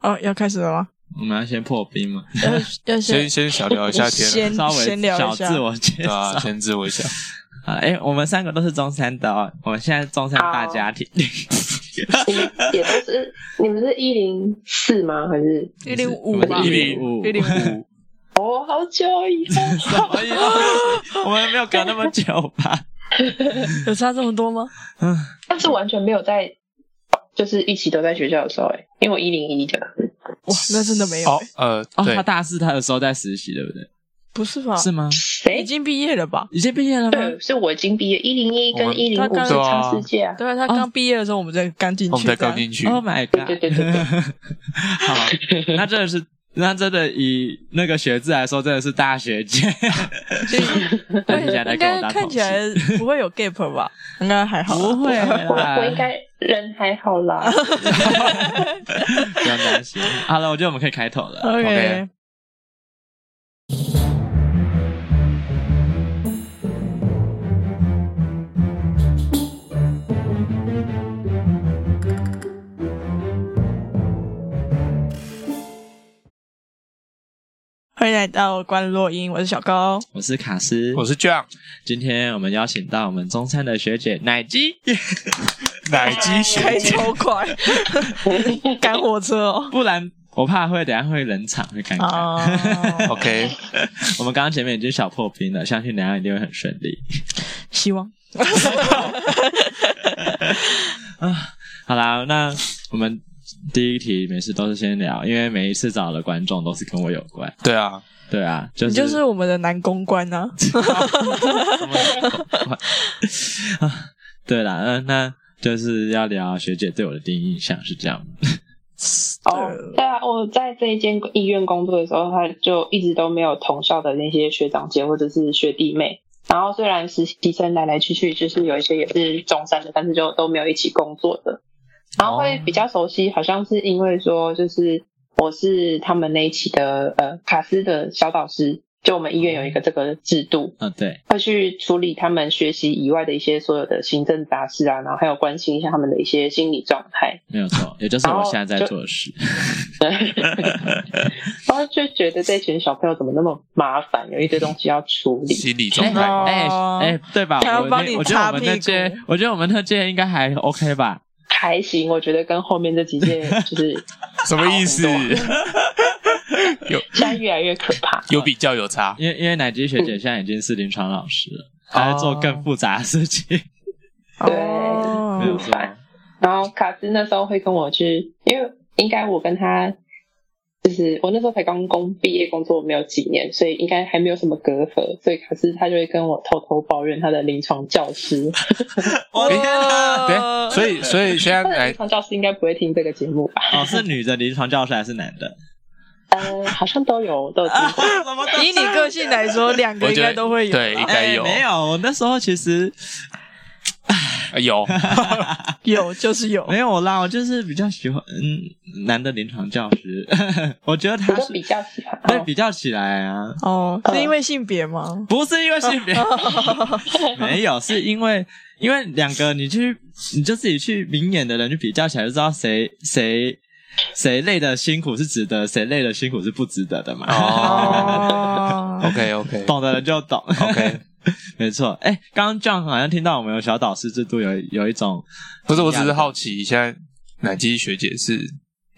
哦，要开始了吗？我们要先破冰嘛，要要先先先小聊一下天先稍啊，微闲聊一小下自我介对绍啊，先自我一下。啊。哎、我们三个都是中山的、哦，我们现在是中山大家庭。你们 也都是，你们是一零四吗？还是一零五吧，一零零五一零五，哦，好久以后， 所以 我们没有隔那么久吧？有差这么多吗？但是完全没有在，就是一起都在学校的时候、欸，因为我一零一的，哇，那真的 没有哦欸，，呃，哦， 对他，大四，他有时候在实习，对不对？不是吧？是吗？谁已经毕业了吧？已经毕业了吗？对，是我已经毕业，一零一我跟们一零他五刚是长对啊世界啊。对，他刚毕业的时候，我们才刚进去，哦我们再这样哦刚进去， Oh my god！对对对对 好，那真的是，那真的以那个学制来说，真的是大学姐。 等一下再应给我该打看口起气，来不会有 gap 吧？应该还好，不会我我应啦，该人还好 啦，不用担心。好了，我觉得我们可以开头了。 OK OK。欢迎来到关洛音，我是小高。我是卡斯，我是 John，今天我们邀请到我们中山的学姐奶鸡，奶 鸡开学姐，超 快，赶火车哦。不然我怕会等一下会冷场，会尴尬。啊， OK，我们刚刚前面已经小破冰了，相信等一下一定会很顺利。希望好啦，那我们第一题每次都是先聊，因为每一次找的观众都是跟我有关。对啊，对啊，就你是就是我们的男公关啊。对啦，嗯、那就是要聊学姐对我的第一印象是这样。哦，对啊，我在这一间医院工作的时候，他就一直都没有同校的那些学长姐或者是学弟妹。然后虽然实习生来来去去，就是有一些也是中山的，但是就都没有一起工作的。然后会比较熟悉，好像是因为说，就是我是他们那一期的呃卡斯的小导师，就我们医院有一个这个制度，嗯，对，会去处理他们学习以外的一些所有的行政杂事啊，然后还有关心一下他们的一些心理状态。没有错，也就是我哦然后现在在就做的事。然后就觉得这群小朋友怎么那么麻烦，有一堆东西要处理。心理状哎态，哎哎，对吧？啊他要我帮那你我觉得擦我们那屁股届，我觉得我们那届应该还 OK 吧？还行，我觉得跟后面这几届就是什么意思？ 有现在越来越可怕。有比较有差，因为因为奶鸡学姐嗯现在已经是临床老师了，她在做更复杂的事情。对哦没有 错，然后卡斯那时候会跟我去，因为应该我跟他就是我那时候才刚工毕业工作没有几年，所以应该还没有什么隔阂，所以卡斯他就会跟我偷偷抱怨他的临床教师，我天哪！对，所以所以现在他的临奶床教师应该不会听这个节目吧？哦，是女的临床教师还是男 的？呃，好像都有都有听过。什么以 你个性来说，两个我应觉该得都 哎会有啦。对应该有没有，我那时候其实呃有，有就是有。没有啦，我就是比较喜欢嗯男的临床教师， 我觉得我他都是比较喜欢，哦对比较起来啊，哦，嗯是因为性别吗？不是因为性别，没有，是因为因为两个你去你就自己去明眼的人去比较起来，就知道谁谁谁累的辛苦是值得，谁累的辛苦是不值得的嘛。哦哦， ，OK OK 懂的人就懂。 OK，没错，哎、刚刚 John 好像听到我们有小导师制度有，有一种不是，我只是好奇，现在奶鸡学姐是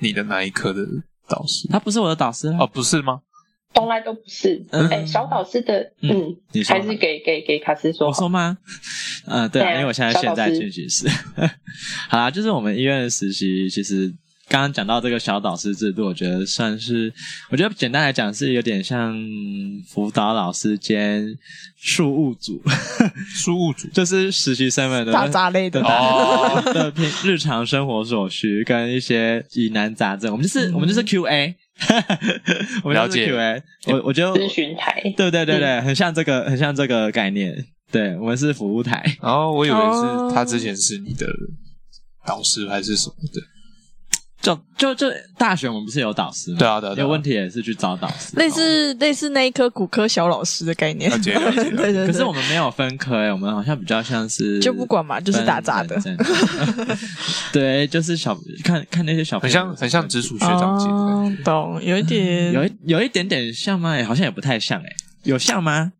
你的哪一科的导师？他不是我的导师啦哦，不是吗？从来都不是。哎、嗯小导师的，嗯嗯，你说还是给给给卡斯说我好。说吗？呃，对啊，对啊因为我现在现小导在师进行时， 好啦，就是我们医院的实习，其实刚刚讲到这个小导师制度，我觉得算是，我觉得简单来讲是有点像辅导老师兼庶务组， 书务组就是实习生们的打杂类的对。哦，的平日常生活所需跟一些疑难杂症，我们就是、我们就是 Q A，我们了就是解 Q A，我我就咨询台，对对对对，很像这个很像这个概念，对我们是服务台。哦然后我以为是他之前是你的导师还是什么的，就就就大学我们不是有导师吗？对啊对啊对啊有问题也是去找导师。哦类似类似那一科骨科小老师的概念了，解了解对 对对。可是我们没有分科欸诶、我们好像比较像是就不管嘛，就是打杂的分。 门诊对，就是小看看那些小朋很友，像很像直属学长姐的感觉。哦，懂，有一点有一有一点点像吗？诶好像也不太像诶、欸有像吗？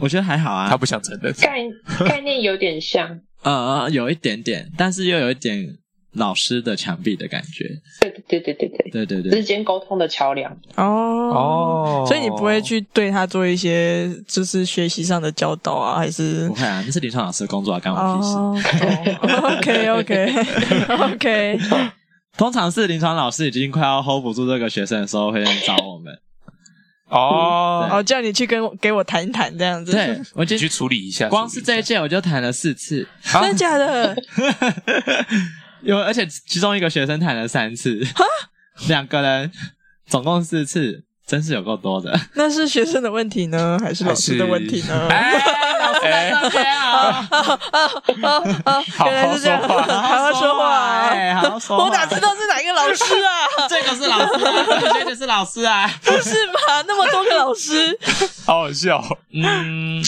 我觉得还好他啊，不想承认，概概念有点像，呃，有一点点，但是又有一点老师的墙壁的感觉。对对对对对对对对，对，之间沟通的桥梁。哦哦所以你不会去对他做一些就是学习上的教导啊，还是不？会啊，那是临床老师的工作啊，干我屁事。哦，OK OK OK，通常是临床老师已经快要 hold 不住这个学生的时候，会先找我们。哦，哦，叫你去跟我给我谈一谈这样子，对，我你今去处理一下。光是这一处届我就谈了四次，理真的一下，假的？有而且其中一个学生谈了三次，两个人总共四次，真是有够多的。 那是学生的问题呢，还是老师的问题呢？哎，老师在上面啊，啊原来是这样， 还要说话，啊哎，好好说话。我哪知道是哪一个老师啊？ 这个是老师啊，这个是老师啊。不是吧？那么多个老师，好好笑。嗯，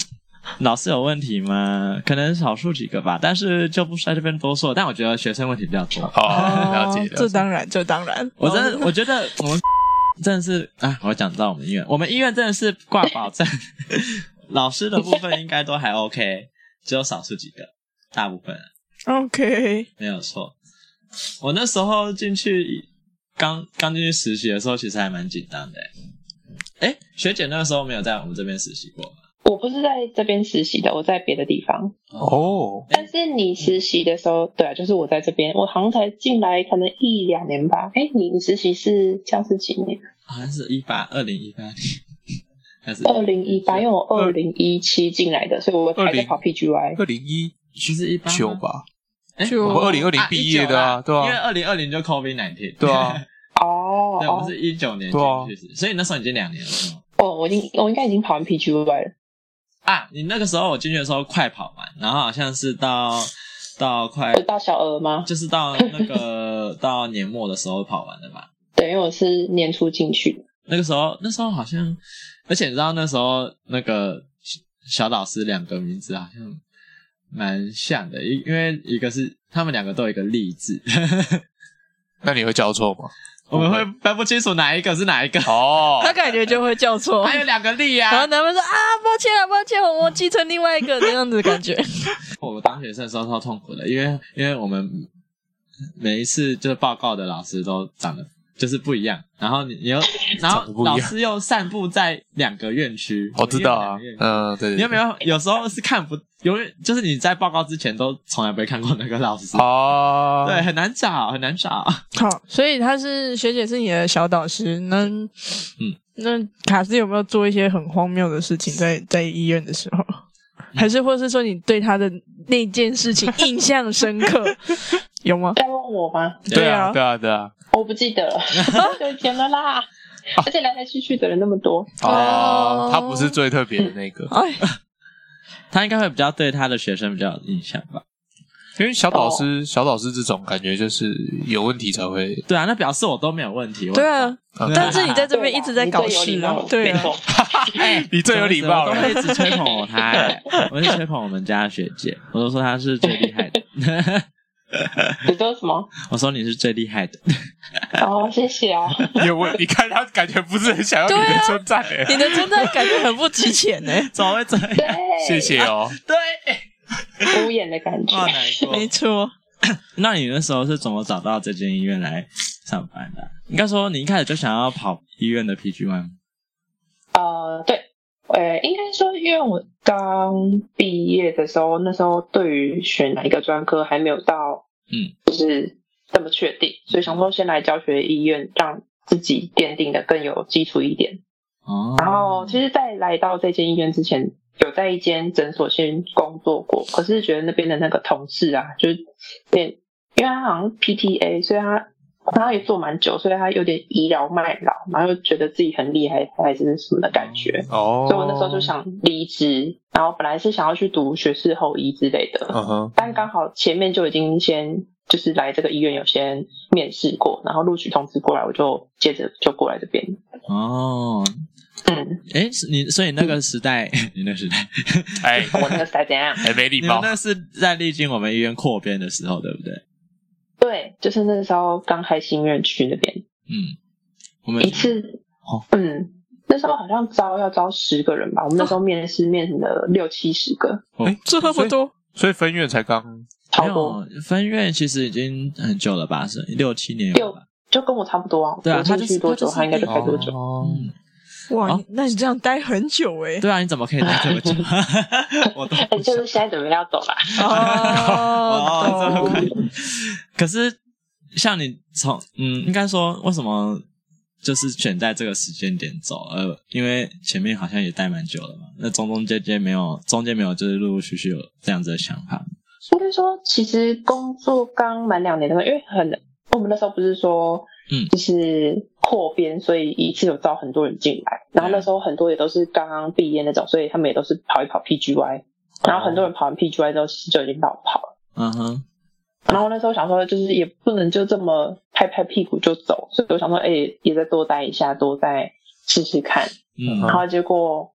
老师有问题吗？可能少数几个吧，但是就不在这边多说。但我觉得学生问题比较多。好，哦了解了哦这解。当然，这当然，我真的，我觉得我们真的是啊，我讲到我们医院，我们医院真的是挂保证，老师的部分应该都还 OK，只有少数几个，大部分 OK，没有错。我那时候进去刚刚进去实习的时候，其实还蛮紧张的欸。哎，学姐那个时候没有在我们这边实习过吗？我不是在这边实习的，我在别的地方。哎哦，但是你实习的时候，对啊，就是我在这边，我好像才进来可能一两年吧。哎，你你实习是这样是几年？好像是一八二零一八年，还是二零一八，因为我二零一七进来的，所以我还在跑 PGY。二零一其实一八九？啊吧，哎就我二零二零毕业的啊，对因为啊，二零二零就 COVID 1 9对啊，哦 对，我们哦是一九年进对啊去实习，所以那时候已经两年了是吗哦，我已经我应该已经跑完 PGY 了。啊！你那个时候我进去的时候快跑完，然后好像是到到快有到小额吗？就是到那个到年末的时候跑完的吧。对，因为我是年初进去。那个时候，那时候好像，而且你知道那时候那个小小老师两个名字好像蛮像的，因因为一个是他们两个都有一个励志，那你会交错 吗？ 我们会分不清楚哪一个是哪一个。哦他，感觉就会叫错。还有两个力然后哎呀、他们说啊，抱歉啊，抱歉，我我继承另外一个这样子的感觉。我当学生的时候超痛苦的，因为因为我们每一次就是报告的老师都长得就是不一样，然后你你又然长后得不一老样师又散布在两个院区，我知道哦们又有两啊个院，区嗯，对，对你有没有有时候是看不永远就是你在报告之前都从来没看过那个老师，哦，对，，很难找，很难啊找。好，所以他是学姐是你的小导师，那嗯，那卡斯有没有做一些很荒谬的事情在在医院的时候？还是，或是说你对他的那件事情印象深刻，有吗？在问我吗？对啊啊，对啊，对啊，我不记得 了，有钱了啦。而且来来去去的人那么多，哦哦，他不是最特别的那个，哎，他应该会比较对他的学生比较有印象吧？因为小导师，小导师这种感觉就是有问题才会，对啊，那表示我都没有问题。我对啊，嗯但是你在这对边啦一直在搞你最有事礼 啊貌了，对没啊， 错 哎，你最有礼貌我了都会一直吹捧我他、哎我一直吹捧我们家的学姐，我都说她是最厉害的，你说 什么？我说你是最厉害的，哦，谢谢啊。你有问，你看他感觉不是很想要 你对的啊存在，哎你的存在感觉很不值钱呢、怎么会这样？对，谢谢哦， 对，敷衍的感觉好。难过没。错，那你那时候是怎么找到这间医院来上班的啊、应该说你一开始就想要跑医院的 PG One 呃，对，呃，应该说，因为我刚毕业的时候，那时候对于选哪一个专科还没有到，嗯，就是这么确定，所以想说先来教学医院，让自己奠定的更有基础一点。哦。然后，其实，在来到这间医院之前，有在一间诊所先工作过，可是觉得那边的那个同事啊，就是有点，因为他好像 PTA，所以他他也做蛮久，所以他有点倚老卖老，然后又觉得自己很厉害还是什么的感觉。哦，所以我那时候就，想离职，然后本来是想要去读学士后医之类的，嗯哼，但刚好前面就已经先就是来这个医院有先面试过，然后录取通知过来，我就接着就过来这边。哦，嗯，哎，是你所以那个时代， 你那个时代，哎我那个时代怎样？哎，没礼你们貌。那是在历经我们医院扩编的时候，对不对？对，就是那时候刚开新院区那边嗯，我们一次哦，嗯，那时候好像招要招十个人吧，我们那时候面试面了六七十个，哎，这那么多，所以分院才刚超没多，有分院其实已经很久了吧，是六七年有六吧？就跟我差不多啊。对啊我他进就是去多他就久，是他应该就开多久。哦嗯，哇，哦你那你这样待很久哎、对啊，你怎么可以待 这么久？ 我都哎不就想是现在准备要走啦，哦，这懂个可是像你从嗯，应该说为什么就是选在这个时间点走？呃，因为前面好像也待蛮久了嘛，那中中间间没有，中间没有就是陆陆续续有这样子的想法。应该说，其实工作刚满两年的时候，因为很我们那时候不是说，嗯就是扩编，所以一次有招很多人进来，然后啊那时候很多也都是刚刚毕业那种，所以他们也都是跑一跑 PGY，然哦后很多人跑完 PGY 之后，其实就已经到跑了。嗯哼，然后那时候想说，就是也不能就这么拍拍屁股就走，所以我想说，哎、也再多待一下，多再试试看。嗯然后结果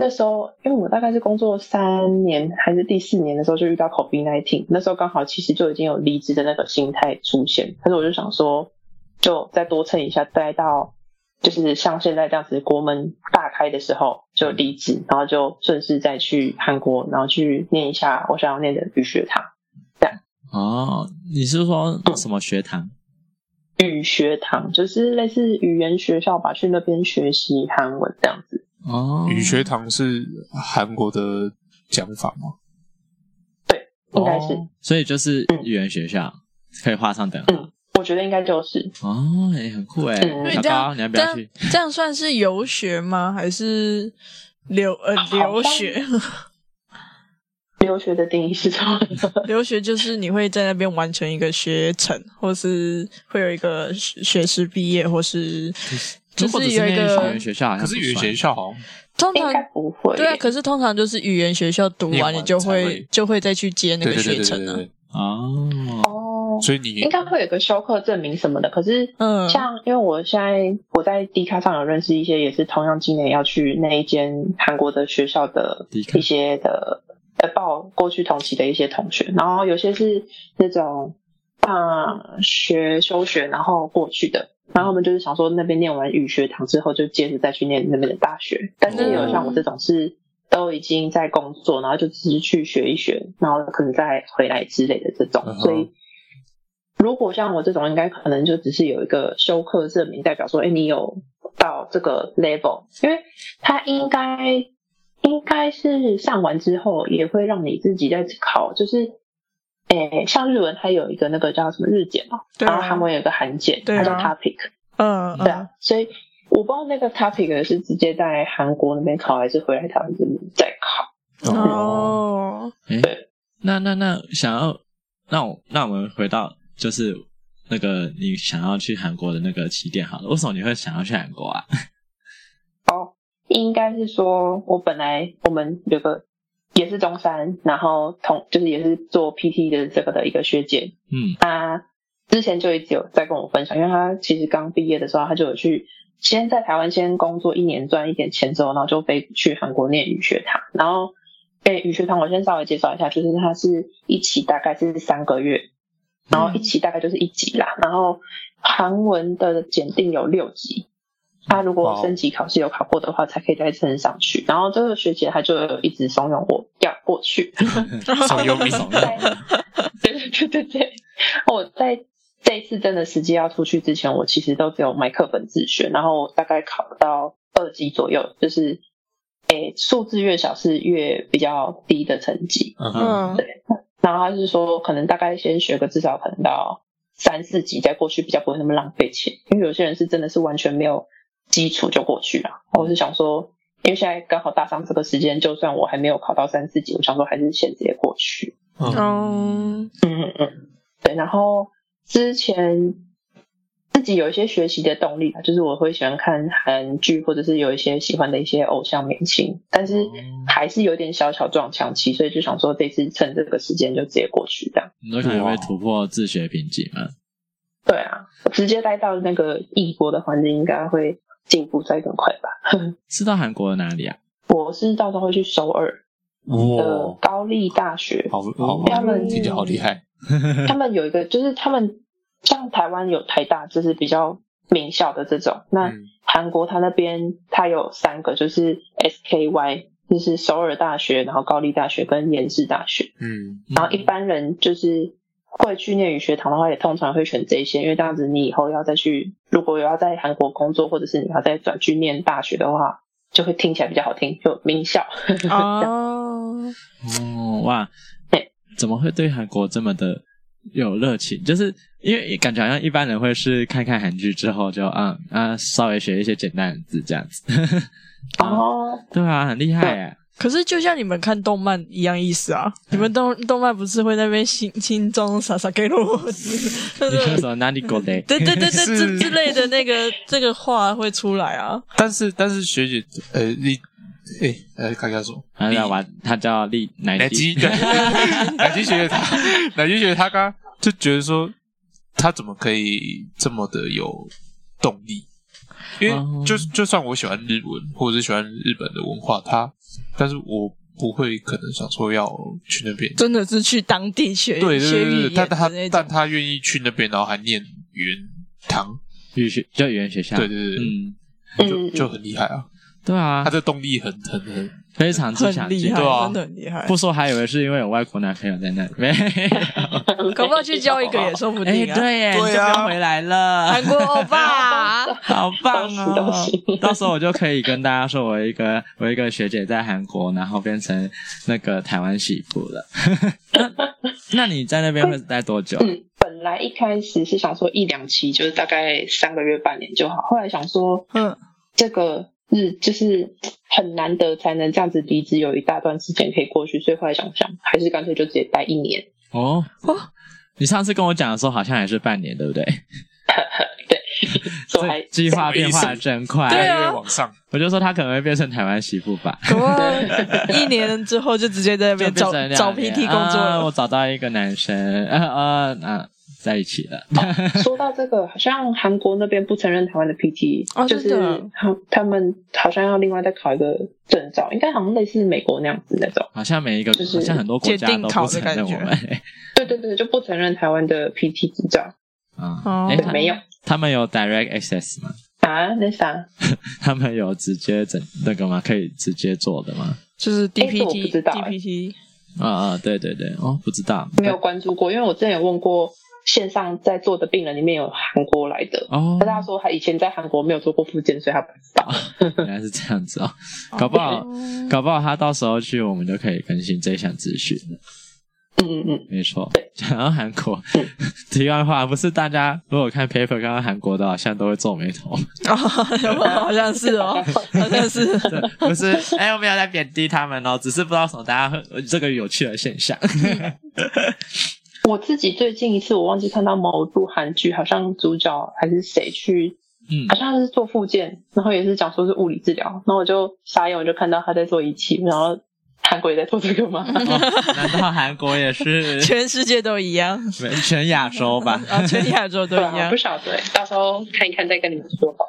那时候，因为我大概是工作三年还是第四年的时候，就遇到 COVID nineteen，那时候刚好其实就已经有离职的那个心态出现，可是我就想说，就再多撑一下，待到就是像现在这样子国门大开的时候就离职，然后就顺势再去韩国，然后去念一下我想要念的语学堂。哦，你是说什么学堂？语学堂就是类似语言学校吧，去那边学习韩文这样子。哦，语学堂是韩国的讲法吗？应该是，哦所以就是语言学校、可以画上等号。我觉得应该就是哦，哎、很酷哎、嗯所以小这高，样你要不这要样去？这样算是游学吗？还是留呃啊好像留学？ 留学的定义是什么？留学就是你会在那边完成一个学程，或是会有一个学学士毕业，或是就如果只有一念语个言学校好像可是不语言算学校好像通 应常该不会耶。对啊，可是通常就是语言学校读念完，完你就才会会就会再去接那对个对学对对程对啊。对，哦，哦，所以你应该会有个休课证明什么的。可是，嗯像因为我现在我在 D 卡上有认识一些，也是同样今年要去那一间韩国的学校的 Dcard 一些的呃报过去同期的一些同学，然后有些是那种大学休学然后过去的。然后他们就是想说，那边念完语学堂之后，就接着再去念那边的大学。但是也有像我这种是都已经在工作，然后就只是去学一学，然后可能再回来之类的这种。嗯哼所以如果像我这种，应该可能就只是有一个休克证明，代表说，哎，你有到这个 level，因为他应该应该是上完之后也会让你自己再考，就是，诶，像日文它有一个那个叫什么日检嘛，对然后啊，韩文有一个韩检，对它啊叫 topic，嗯对嗯啊，所以我不知道那个 topic 是直接在韩国那边考，还是回来台湾这边再考。嗯哦，哦，哎、那那那想要，那我那我们回到就是那个你想要去韩国的那个起点好了，为什么你会想要去韩国啊？应该是说，我本来我们有个也是中山，然后同就是也是做 PT 的这个的一个学姐，嗯她之前就一直有在跟我分享，因为她其实刚毕业的时候，她就有去先在台湾先工作一年赚一点钱之后，然后就飞去韩国念语学堂，然后。诶，语学堂我先稍微介绍一下，就是它是一期大概是三个月，然后一期大概就是一级啦。然后韩文的检定有六级，他如哇果哦升级考试有考过的话，才可以再升上去。然后这个学姐她就有一直怂恿我要过去，上优米，对对对对对，我在这一次真的实际要出去之前，我其实都只有买课本自学，然后大概考到二级左右，就是诶数字越小是越比较低的成绩。嗯哼，嗯然后他是说，可能大概先学个至少可能到三四级，再过去比较不会那么浪费钱。因为有些人是真的是完全没有基础就过去了。我是想说，因为现在刚好搭上这个时间，就算我还没有考到三四级，我想说还是先直接过去。嗯嗯对，然后之前自己有一些学习的动力吧，就是我会喜欢看韩剧，或者是有一些喜欢的一些偶像明星，但是还是有点小小撞墙期，所以就想说这次趁这个时间就直接过去这样。你都可能会突破自学瓶颈吗？对啊，直接待到那个异国的环境，应该会进步再更快吧。是到韩国的哪里啊？我是到时候会去首尔的哇，高丽大学，好好，啊他们听起来好厉害。他们有一个就是他们像台湾有台大，就是比较名校的这种，那嗯韩国它那边它有三个，就是 SKY，就是首尔大学，然后高丽大学跟延世大学。嗯，然啊后一般人就是会去念语学堂的话，也通常会选这些，因为这样子你以后要再去，如果有要在韩国工作，或者是你要再转去念大学的话，就会听起来比较好听，就 名校。哦，哦，哇对，怎么会对韩国这么的有热情？就是因为感觉好像一般人会是看看韩剧之后就啊啊稍微学一些简单的字这样子。 然哦后对啊，很厉害哎。可是就像你们看动漫一样意思啊，你们动动漫不是会那边心心中傻傻给 我，你看什么哪里 狗嘞？对对对对之是之类的那个这个话会出来啊，但是但是学姐，呃，你，哎，来看看说，他在玩，他叫利奶奶基基，对， 奶基学姐她，奶基学姐她刚刚就觉得说，她怎么可以这么的有动力？因哦为就就算我喜欢日文，或者是喜欢日本的文化，它，但是我不会可能想说要去那边。真的是去当地学对对学对语对，但言他的那种但。他愿意去那边，然后还念语言堂，语学叫语言学校。对对对嗯，就嗯，就很厉害啊！对啊他，的动力很很很，非常之很强厉劲害，。对啊真的很厉害。不说还以为是因为有外国男朋友在那里，没有。搞 不好去交一个也说不哎，定啊。对耶，你就不对啊要回来了。韩国欧 巴， 好棒都哦行！到时候我就可以跟大家说，我有一个我有一个学姐在韩国，然后变成那个台湾媳妇了。 那你在那边会待多久？嗯，本来一开始是想说一两期，就是大概三个月、半年就好。后来想说，嗯，这个日就是很难得才能这样子离职，有一大段时间可以过去，所以后来想想，还是干脆就直接待一年。哦，你上次跟我讲的时候好像也是半年，对不对？所以还这计划变化得真快。对啊越往上，我就说她可能会变成台湾媳妇吧。搞不好一年之后就直接在那就边变找成两找年 PT 工作啊了我。找到一个男生，呃呃，那、在一起了。哎说到这个，好像韩国那边不承认台湾的 PT，、哦就是真的他他们好像要另外再考一个证照，应该好像类似美国那样子那种。好像每一个，就是好像很多国家都不承认我鉴定考的们。对对对，就不承认台湾的 PT 执照，啊，哦哎、对他没有他们有 direct access 吗？ 啊，那啥，他们有直接整那个吗？可以直接做的吗？就是这我不 DPT 知道哎 DPT，啊啊，对对对，哦，不知道没有关注过，因为我之前有问过线上在做的病人里面有韩国来的，哦但，他说他以前在韩国没有做过复健，所以他不知道。原来是这样子哦，搞不好，哦搞不好他到时候去，我们就可以更新这项资讯了。嗯嗯嗯，没错，讲到韩国 嗯，题外话，不是大家如果看 paper 看到韩国的，好像都会皱眉 头。 哦，好像是 哦，好像是。不是，哎、我没有在贬低他们哦，只是不知道为什么大家会这个有趣的现象。嗯我自己最近一次我忘记看到某部韩剧，好像主角还是谁去嗯好像是做复健，然后也是讲说是物理治疗，然后我就傻眼，我就看到他在做仪器，然后韩国也在做这个吗？哦难道韩国也是全世界都一样全全亚洲吧？ 啊，全亚洲都对 一啊，样 不。晓得，到时候看一看再跟你们说吧。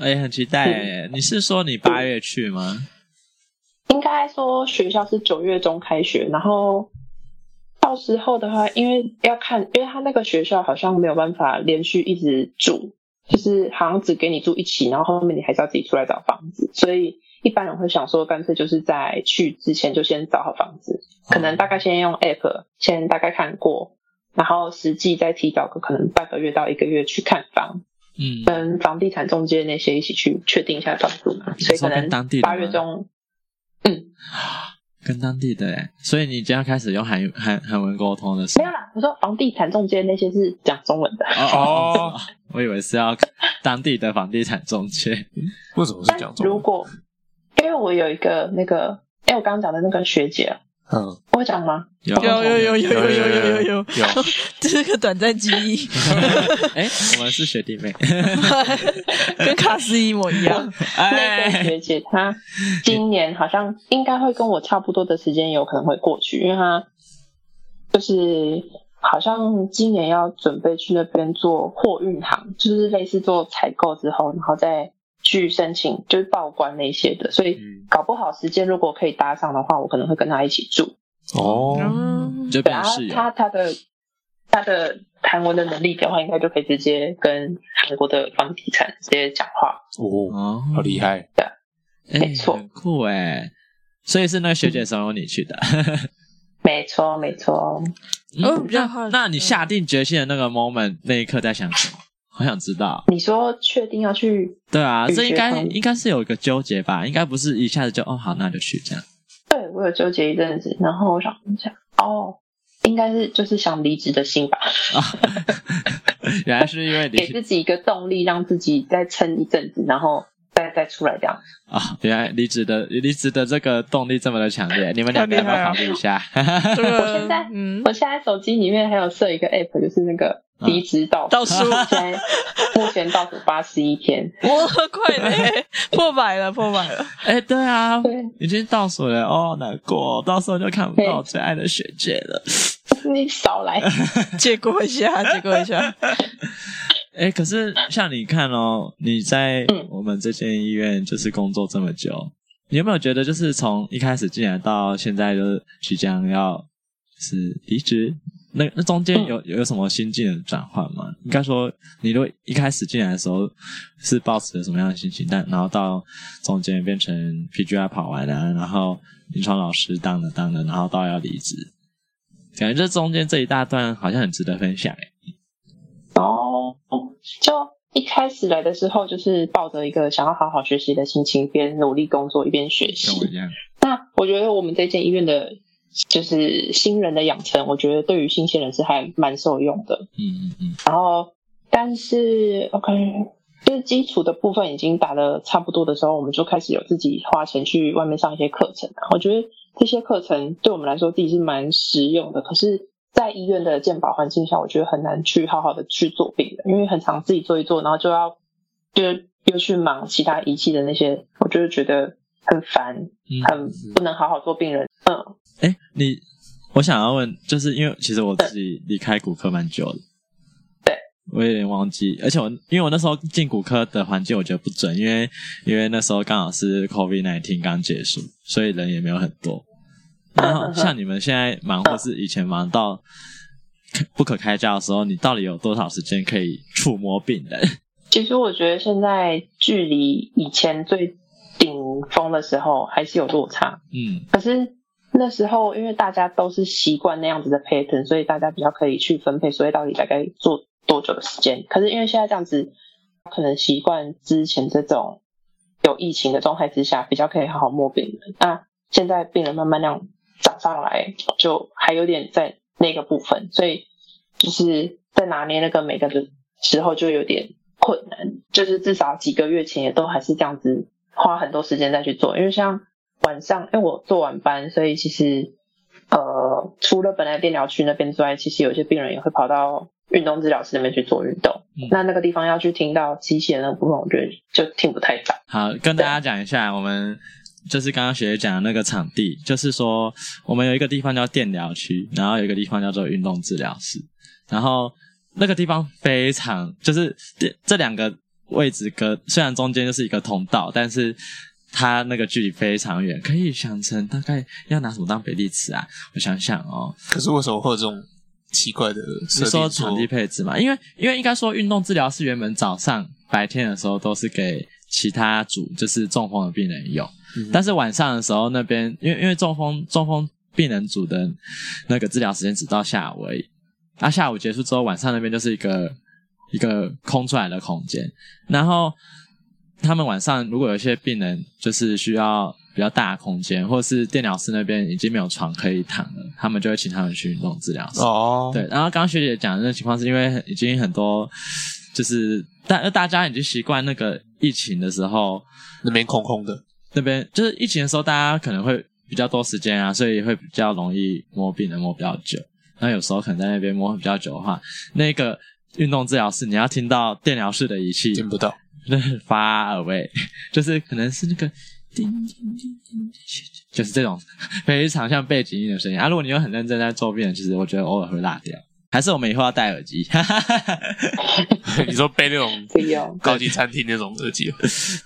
哎、很期待嗯哎！你是说你八月去吗？应该说学校是九月中开学，然后到时候的话，因为要看，因为他那个学校好像没有办法连续一直住，就是好像只给你住一期，然后后面你还是要自己出来找房子，所以一般人会想说，干脆就是在去之前就先找好房子，哦可能大概先用 app 先大概看过。然后实际再提早个可能半个月到一个月去看房，嗯，跟房地产中介那些一起去确定一下房租，所以可你说能跟当地的吗啊八月中跟当地的哎，所以你将要开始用韩韩韩文沟通的是没有吗？啦，我说房地产中介那些是讲中文的，哦，哦我以为是要当地的房地产中介。为什么是但讲中如文？果因为我有一个那个，哎，我刚刚讲的那个学姐，嗯，我讲吗？有哦有有有有有有有有有，有， 这是个短暂记忆， 哎、我们是学弟 妹，跟卡斯一模一样。那个哎，学姐她今年好像应该会跟我差不多的时间，有可能会过去，因为她就是好像今年要准备去那边做货运行，就是类似做采购之后，然后再去申请就是报关那些的，所以嗯搞不好时间如果可以搭上的话，我可能会跟她一起住。哦，嗯，就对变啊成室，友，她她的她的韩文的能力的话，应该就可以直接跟韩国的房地产直接讲话。哦，哦，好厉害，哎没错很酷哎。所以是那个学姐怂恿你去的，没错，没错。哦嗯比较好那那你下定决心的那个 moment 那一刻在想什么？好想知道。你说确定要去对啊，嗯这应该学长应该是有一个纠结吧，应该不是一下子就哦好，那就去这样。 对我有纠结一阵子，然后我想一下，哦，应该是就是想离职的心吧，原来是因为你给 自己一个动力，让自己再撑一阵子，然后再再出来这样。啊、原来离职的离职的这个动力这么的强烈，你们两个太要厉不害要了考虑一下？这个我现在嗯我现在手机里面还有设一个 app，就是那个嗯离职倒数，倒数现在目前倒数八十一天，我快 嘞，破百了，破百了。 哎、对啊，对，已经倒数了哦，难过，到时候就看不到我最爱的学姐了。所以少 来，借过一 下，借过一下。哎、可是像你看哦，你在嗯我们这间医院就是工作这么久，你有没有觉得就是从一开始进来到现在，就是即将要就是离职，那那中间嗯有有什么心境的转换吗？应该说，你如果一开始进来的时候是抱持着什么样的心情，但然后到中间变成 PGI 跑完啊，然后临床老师当了当了，然后到要离职，感觉这中间这一大段好像很值得分享哎、然后哦就。一开始来的时候，就是抱着一个想要好好学习的心情，边努力工作一边学习。跟我一样。那我觉得我们这间医院的，就是新人的养成，我觉得对于新鲜人是还蛮受用的。嗯嗯嗯，然后，但是 OK，就是基础的部分已经打的差不多的时候，我们就开始有自己花钱去外面上一些课程啊。我觉得这些课程对我们来说自己是蛮实用的，可是。在医院的健保环境下，我觉得很难去好好的去做病人，因为很常自己做一做，然后就要就又去忙其他仪器的那些，我就是觉得很烦，嗯很不能好好做病人。嗯，哎，你，我想要问，就是因为其实我自己离开骨科蛮久的，对，我有点忘记，而且我因为我那时候进骨科的环境我觉得不准，因为因为那时候刚好是 COVID nineteen 刚结束，所以人也没有很多。然后嗯嗯嗯像你们现在忙或是以前忙到不可开交的时候，你到底有多少时间可以触摸病人？ 其实我觉得现在距离以前最顶峰的时候还是有落差，嗯可是那时候因为大家都是习惯那样子的 pattern，所以大家比较可以去分配，所以到底大概做多久的时间？可是因为现在这样子，可能习惯之前这种有疫情的状态之下，比较可以好好摸病人。那现在病人慢慢那样涨上来，就还有点在那个部分，所以就是在拿捏那个每个的时候就有点困难。就是至少几个月前也都还是这样子，花很多时间再去做。因为像晚上，因为我做晚班，所以其实呃，除了本来电疗区那边之外，其实有些病人也会跑到运动治疗室那边去做运动。嗯那那个地方要去听到机械的那个部分，我觉得就听不太到。好，跟大家讲一下，我们就是刚刚学姐讲的那个场地，就是说我们有一个地方叫电疗区，然后有一个地方叫做运动治疗室，然后那个地方非常就是这这两个位置隔，虽然中间就是一个通道，但是。它那个距离非常远，可以想成大概要拿什么当比例尺啊？我想想哦，可是为什么会有这种奇怪的设是定？说场地配置嘛？因为因为应该说运动治疗是原本早上白天的时候都是给其他组就是中风的病人用，嗯但是晚上的时候那边因为因为中风中风病人组的那个治疗时间只到下午而已，那下午结束之后晚上那边就是一个一个空出来的空间，然后他们晚上如果有一些病人就是需要比较大的空间，或是电疗室那边已经没有床可以躺了，他们就会请他们去运动治疗室。哦，对，然后刚刚学姐讲的那个情况，是因为已经很多，就是大大家已经习惯那个疫情的时候，那边空空的，那边就是疫情的时候，大家可能会比较多时间啊，所以会比较容易摸病人摸比较久。那有时候可能在那边摸比较久的话，那个运动治疗室你要听到电疗室的仪器，听不到，就是 发耳位，就是可能是那个叮叮叮叮，就是这种非常像背景音的声音啊。如果你又很认真在做病人，其实我觉得偶尔会落掉。还是我们以后要戴耳机？ 你说背那种 不要高级餐厅那种耳机，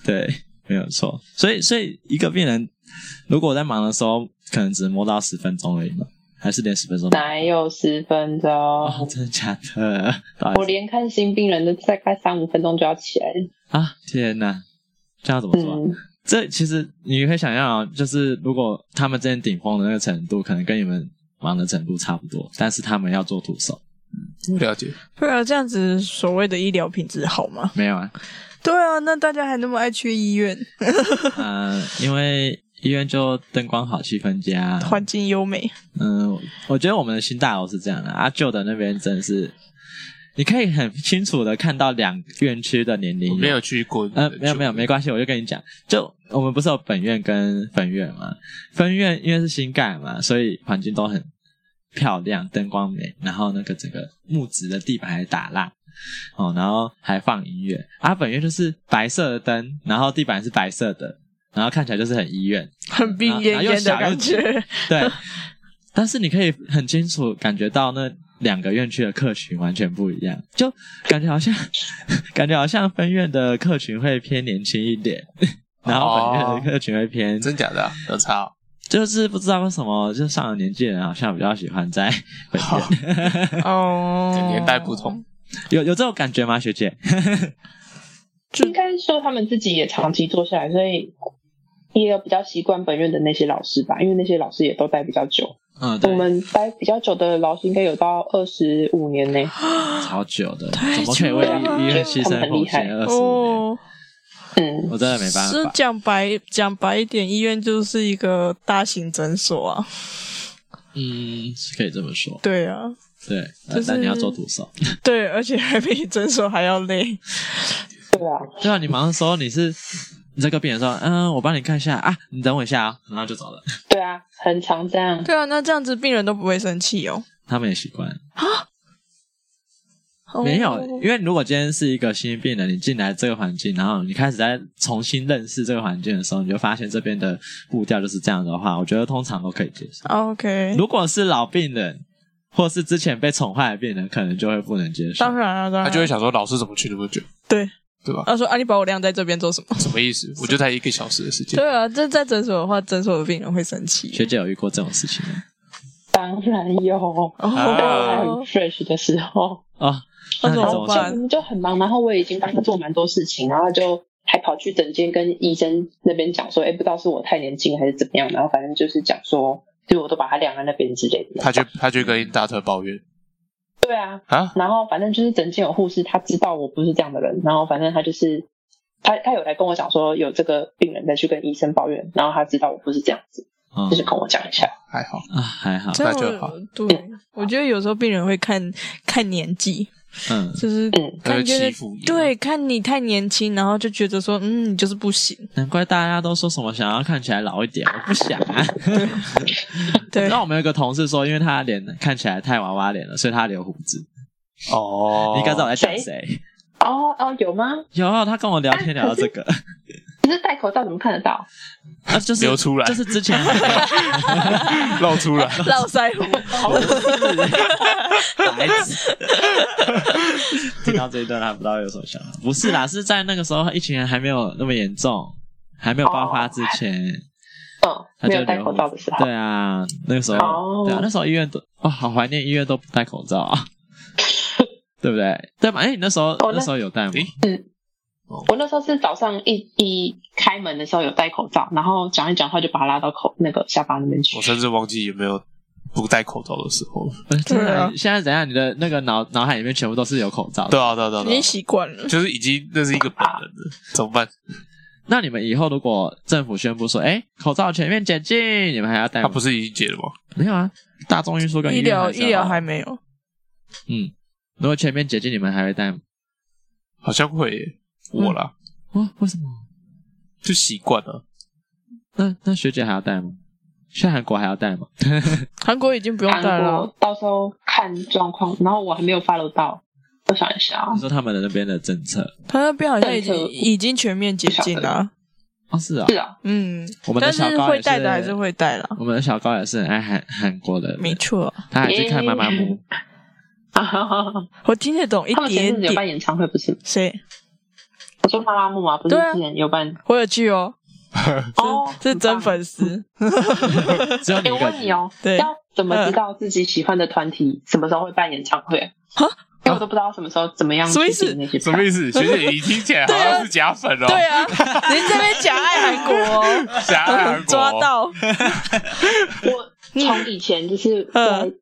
对，没有错。所以，所以一个病人如果在忙的时候，可能只摸到十分钟而已嘛，还是连十分钟都？哪有十分钟？ 哦，真的假的？不好意思我连看新病人都大概三五分钟就要起来了。啊，天哪，这要怎么做啊？嗯，这其实你可以想象啊，就是如果他们之前顶峰的那个程度，可能跟你们忙的程度差不多，但是他们要做徒手，了解。对啊，这样子所谓的医疗品质好吗？没有啊？对啊，那大家还那么爱去医院，嗯、因为医院就灯光好，气 氛佳，啊环境优美，嗯，我觉得我们的新大楼是这样的，啊，旧的那边真的是，你可以很清楚的看到两院区的年龄。我没有，去过，呃，没有没有，没关系，我就跟你讲，就我们不是有本院跟分院嘛，分院因为是新盖嘛，所以环境都很漂亮，灯光美，然后那个整个木质的地板还打蜡。哦，然后还放音乐，啊，本院就是白色的灯，然后地板是白色的，然后看起来就是很医院，很病恹然后又恹的小又感觉。对，但是你可以很清楚感觉到那两个院区的客群完全不一样，就感觉好像 感觉好像分院的客群会偏年轻一点，然后本院的客群会偏，真假的啊有差哦。就是不知道为什么，就上了年纪的人好像比较喜欢在本院，哦，年代不同，有有这种感觉吗，学姐？应该说他们自己也长期做下来，所以也有比较习惯本院的那些老师吧，因为那些老师也都待比较久。嗯，我对，们待比较久的老师应该有到二十五年呢。超久的，太怎么可以久为了吧医医院牺他牲们很奉厉害献二十五年？哦，嗯，我真的没办是法，讲白讲白一点，医院就是一个大型诊所啊。 嗯，是可以这么说，对啊，对，呃就是但你要做徒手。对，而且还比诊所还要累。 对啊，对啊，你忙的时候你是你在跟病人说，嗯，我帮你看一下啊，你等我一下啊、然后就走了。对啊，很常这样。对啊，那这样子病人都不会生气哦。他们也习惯，哦没有，因为如果今天是一个新病人，你进来这个环境，然后你开始在重新认识这个环境的时候，你就发现这边的步调就是这样的话，我觉得通常都可以接受。哦 OK，如果是老病人，或是之前被宠坏的病人，可能就会不能接受当。然啊，当然他啊就会想说，老师怎么去那么久，对。哦对吧？他说啊，你把我晾在这边做 什么？什么意思？我就才一个小时的时间对，啊，这在诊所的话，诊所的病人会生气。学姐有遇过这种事情吗？当然 有，在很哦， fresh 的时候，哦，那那你怎怎么么办办？就就很忙，然后我已经帮他做蛮多事情，然后就还跑去诊间跟医生那边讲说，哎，不知道是我太年轻还是怎么样，然后反正就是讲说，就我都把他晾在那边之类的。他就他就跟大特抱怨对啊，啊，然后反正就是诊间有护士，他知道我不是这样的人，然后反正他就是他他有来跟我讲说有这个病人再去跟医生抱怨，然后他知道我不是这样子，嗯就是跟我讲一下。还好，啊，还好，这样那就好我对，我觉得有时候病人会看看年纪，嗯，就是嗯他看就觉得欺负你。对，看你太年轻，然后就觉得说，嗯，你就是不行。难怪大家都说什么想要看起来老一点，我不想 啊。对， 那我们有个同事说，因为他脸看起来太娃娃脸了，所以他留胡子。哦，你应该知道我在讲谁？哦哦，有吗？有，他跟我聊天聊到这个，可是戴口罩怎么看得到？ 啊，就是流出来就是之前 露出来，络腮胡，孩子。 听到这一段，他不知道有什么想法。不是啦，是在那个时候疫情还没有那么严重，还没有爆发之前。他嗯，没就有戴留口罩的时候。对啊，那个时候，哦对啊，那时候医院都哇，好怀念医院都不戴口罩 啊，对不对？对吧？哎，你那时候、那那时候有戴吗？诶我那时候是早上一一开门的时候有戴口罩，然后讲一讲话就把他拉到口那个下巴那边去我。甚至忘记有没有不戴口罩的时候了。不是真对的啊啊，现在怎样？你的那个脑脑海里面全部都是有口罩的。对啊，对啊，对啊已对经啊，习惯了。就是已经那是一个本能了，怎么办？那你们以后如果政府宣布说，哎，口罩全面解禁，你们还要戴吗？他啊不是已经解了吗？没有啊，大众运输跟医院疗是医要疗还没有，嗯，如果全面解禁，你们还会戴吗？好像会耶我啦，哦哇，为什么？就习惯了。那那学姐还要戴吗？现在韩国还要戴吗？韩国已经不用戴韩了国。到时候看状况，然后我还没有 follow 到，我想一下啊哦你，说他们的那边的政策他那边好像已经政策已经全面解禁了啊，哦，是啊是，啊，嗯，我们的但小是高也会带的还是会带啦，我们的小高也是很爱韩韩国的人，没错，他还去看妈妈木， 我听得懂一他们前点阵子有点。办演唱会不是吗？谁？我说妈妈木嘛，不是对啊之前有办我有去哦，哦，是真很棒。粉丝。只有你哎，一我个问人你。哦，对要怎么知道自己喜欢的团体什么时候会办演唱会？哈，因为我都不知道什么时候怎么样什么意去思订那些什票么。意思？学姐，你听起来好像是假粉 哦，对啊，您这边假爱韩国哦，假 韩国 抓，到。我从以前就是嗯在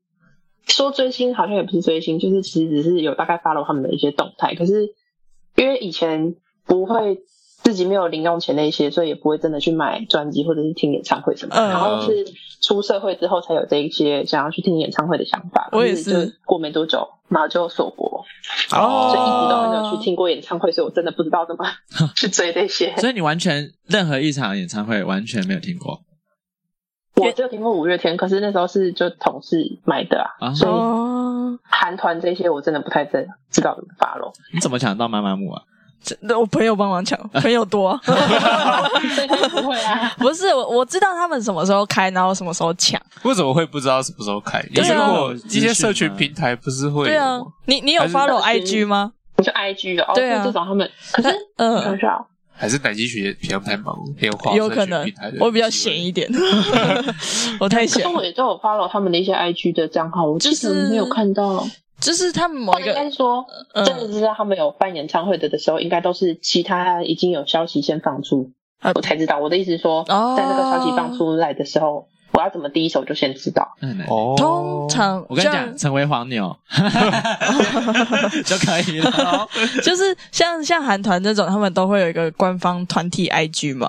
说追星，好像也不是追星，就是其实只是有大概 follow 他们的一些动态。可是因为以前不会自己没有零用钱那些，所以也不会真的去买专辑或者是听演唱会什么。嗯然后是出社会之后才有这一些想要去听演唱会的想法。我也可是就过没多久，然后就锁国，哦所以一直都很没有去听过演唱会，所以我真的不知道怎么 去追这些。所以你完全任何一场演唱会完全没有听过我就听过五月天，可是那时候是就同事买的啊，啊？所以哦，韩团这些我真的不太知知道怎么发咯，你怎么抢到妈妈木啊？这那我朋友帮忙抢，朋友多。 所以他不会啊。不是我，我知道他们什么时候开，然后什么时候抢。为什么会不知道什么时候开？因为啊我一些社群平台不是会对啊有吗，你你有还是 follow IG 吗？我就 IG 的哦，对啊所以这种他们可是我想嗯，想，还是南极学姐比较太忙，没有花有社可群能平台的机会。我比较闲一点， 我太可闲是了。我也都有 follow 他们的一些 IG 的账号，我就其实是没有看到，就是他们某或一者应该个，是说，嗯真的知道他们有办演唱会的的时候，应该都是其他已经有消息先放出啊，我才知道。我的意思是说，哦在那个消息放出来的时候，我要怎么第一手就先知道？哎那很难。哦，通常我跟你像讲，成为黄牛 就可以了。就是像像韩团这种，他们都会有一个官方团体 IG 嘛。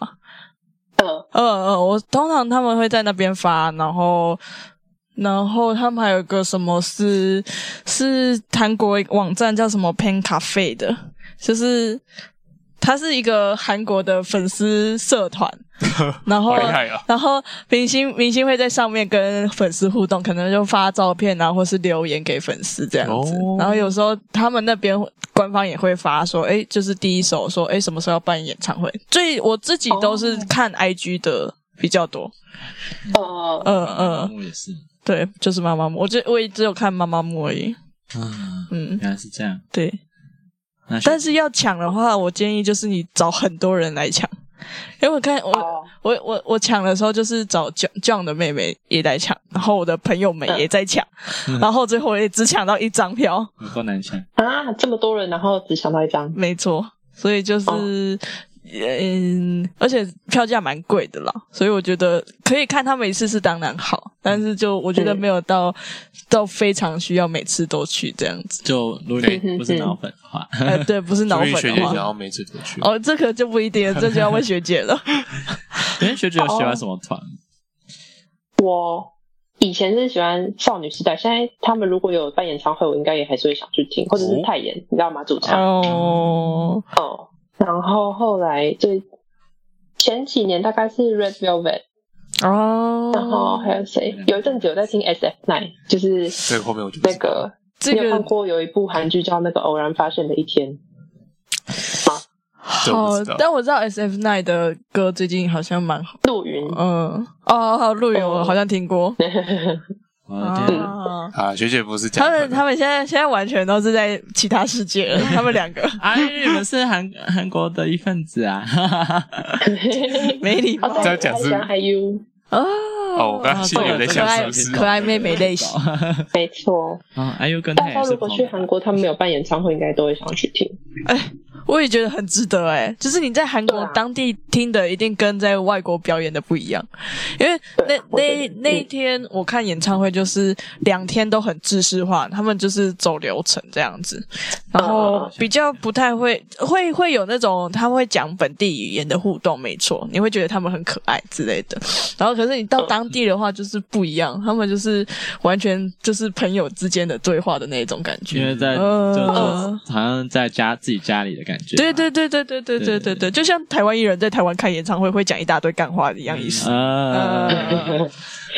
嗯，呃呃，我通常他们会在那边发，然后然后他们还有一个什么是是韩国网站叫什么 Pen Cafe 的，就是它是一个韩国的粉丝社团， 然后好厉害啊！然后明星明星会在上面跟粉丝互动，可能就发照片啊，或是留言给粉丝这样子。哦然后有时候他们那边官方也会发说，哎，就是第一手说，哎，什么时候要办演唱会？所以我自己都是看 IG 的比较多。呃，嗯妈妈嗯，木哦也是，对，就是妈妈木，我这我也只有看妈妈木而已。啊，嗯，原来是这样。对。那学但是要抢的话，我建议就是你找很多人来抢，因为我看我、哦我我我抢的时候就是找 John John 的妹妹也在抢，然后我的朋友们嗯也在抢，嗯然后最后我也只抢到一张票，有够难想，啊，这么多人，然后只想到一张，没错，所以哦就是。嗯，而且票价蛮贵的啦，所以我觉得可以看他们一次是当然好，但是就我嗯觉得没有到、到非常需要每次都去这样子。就如果你不是脑粉的话，呃，对，不是脑 所以粉学的姐想话，要每次都去，哦，这个就不一定了，这就要问学姐 了。哎、学姐有喜欢什么团？我以前是喜欢少女时代，现在他们如果有办演唱会，我应该也还是会想去听，或者是泰妍，你知道吗？主唱。哦，哦。然后后来最前几年大概是 Red Velvet，哦，然后还有谁？有一阵子有在听 S F Nine，就是所以后面我就不那知道个这你有个看过有一部韩剧叫那个《偶然发现的一天》，这我不好知道，哦但我知道 S F Nine 的歌最近好像蛮好，陆云。 嗯，哦，好陆云我好像听过，我的天，啊，啊，学姐不是假他们粉，他们现在现在完全都是在其他世界了，他们 两个啊，因为你们是韩韩国的一份子啊， 没礼貌这样讲是哦还 IU，啊。哦我刚刚心里有在想是不是可爱可爱妹妹类型，没错。啊，哎呦，跟他大也家是如朋果去友韩国，他们有办演唱会，应该都会想去听。我也觉得很值得哎、就是你在韩国对啊当地听的一定跟在外国表演的不一样，因为那对我觉那得那一嗯天我看演唱会就是两天都很制式化，他们就是走流程这样子，然嗯后比较不太会会会有那种他会讲本地语言的互动，没错，你会觉得他们很可爱之类的。然后可是你到当地的话就是不一样，他们就是完全就是朋友之间的对话的那种感因觉。为在就呃嗯就好像在家自己家里的感觉。对对对对对对对对对，就像台湾艺人在台湾开演唱会会讲一大堆干话一样意思。啊，呃，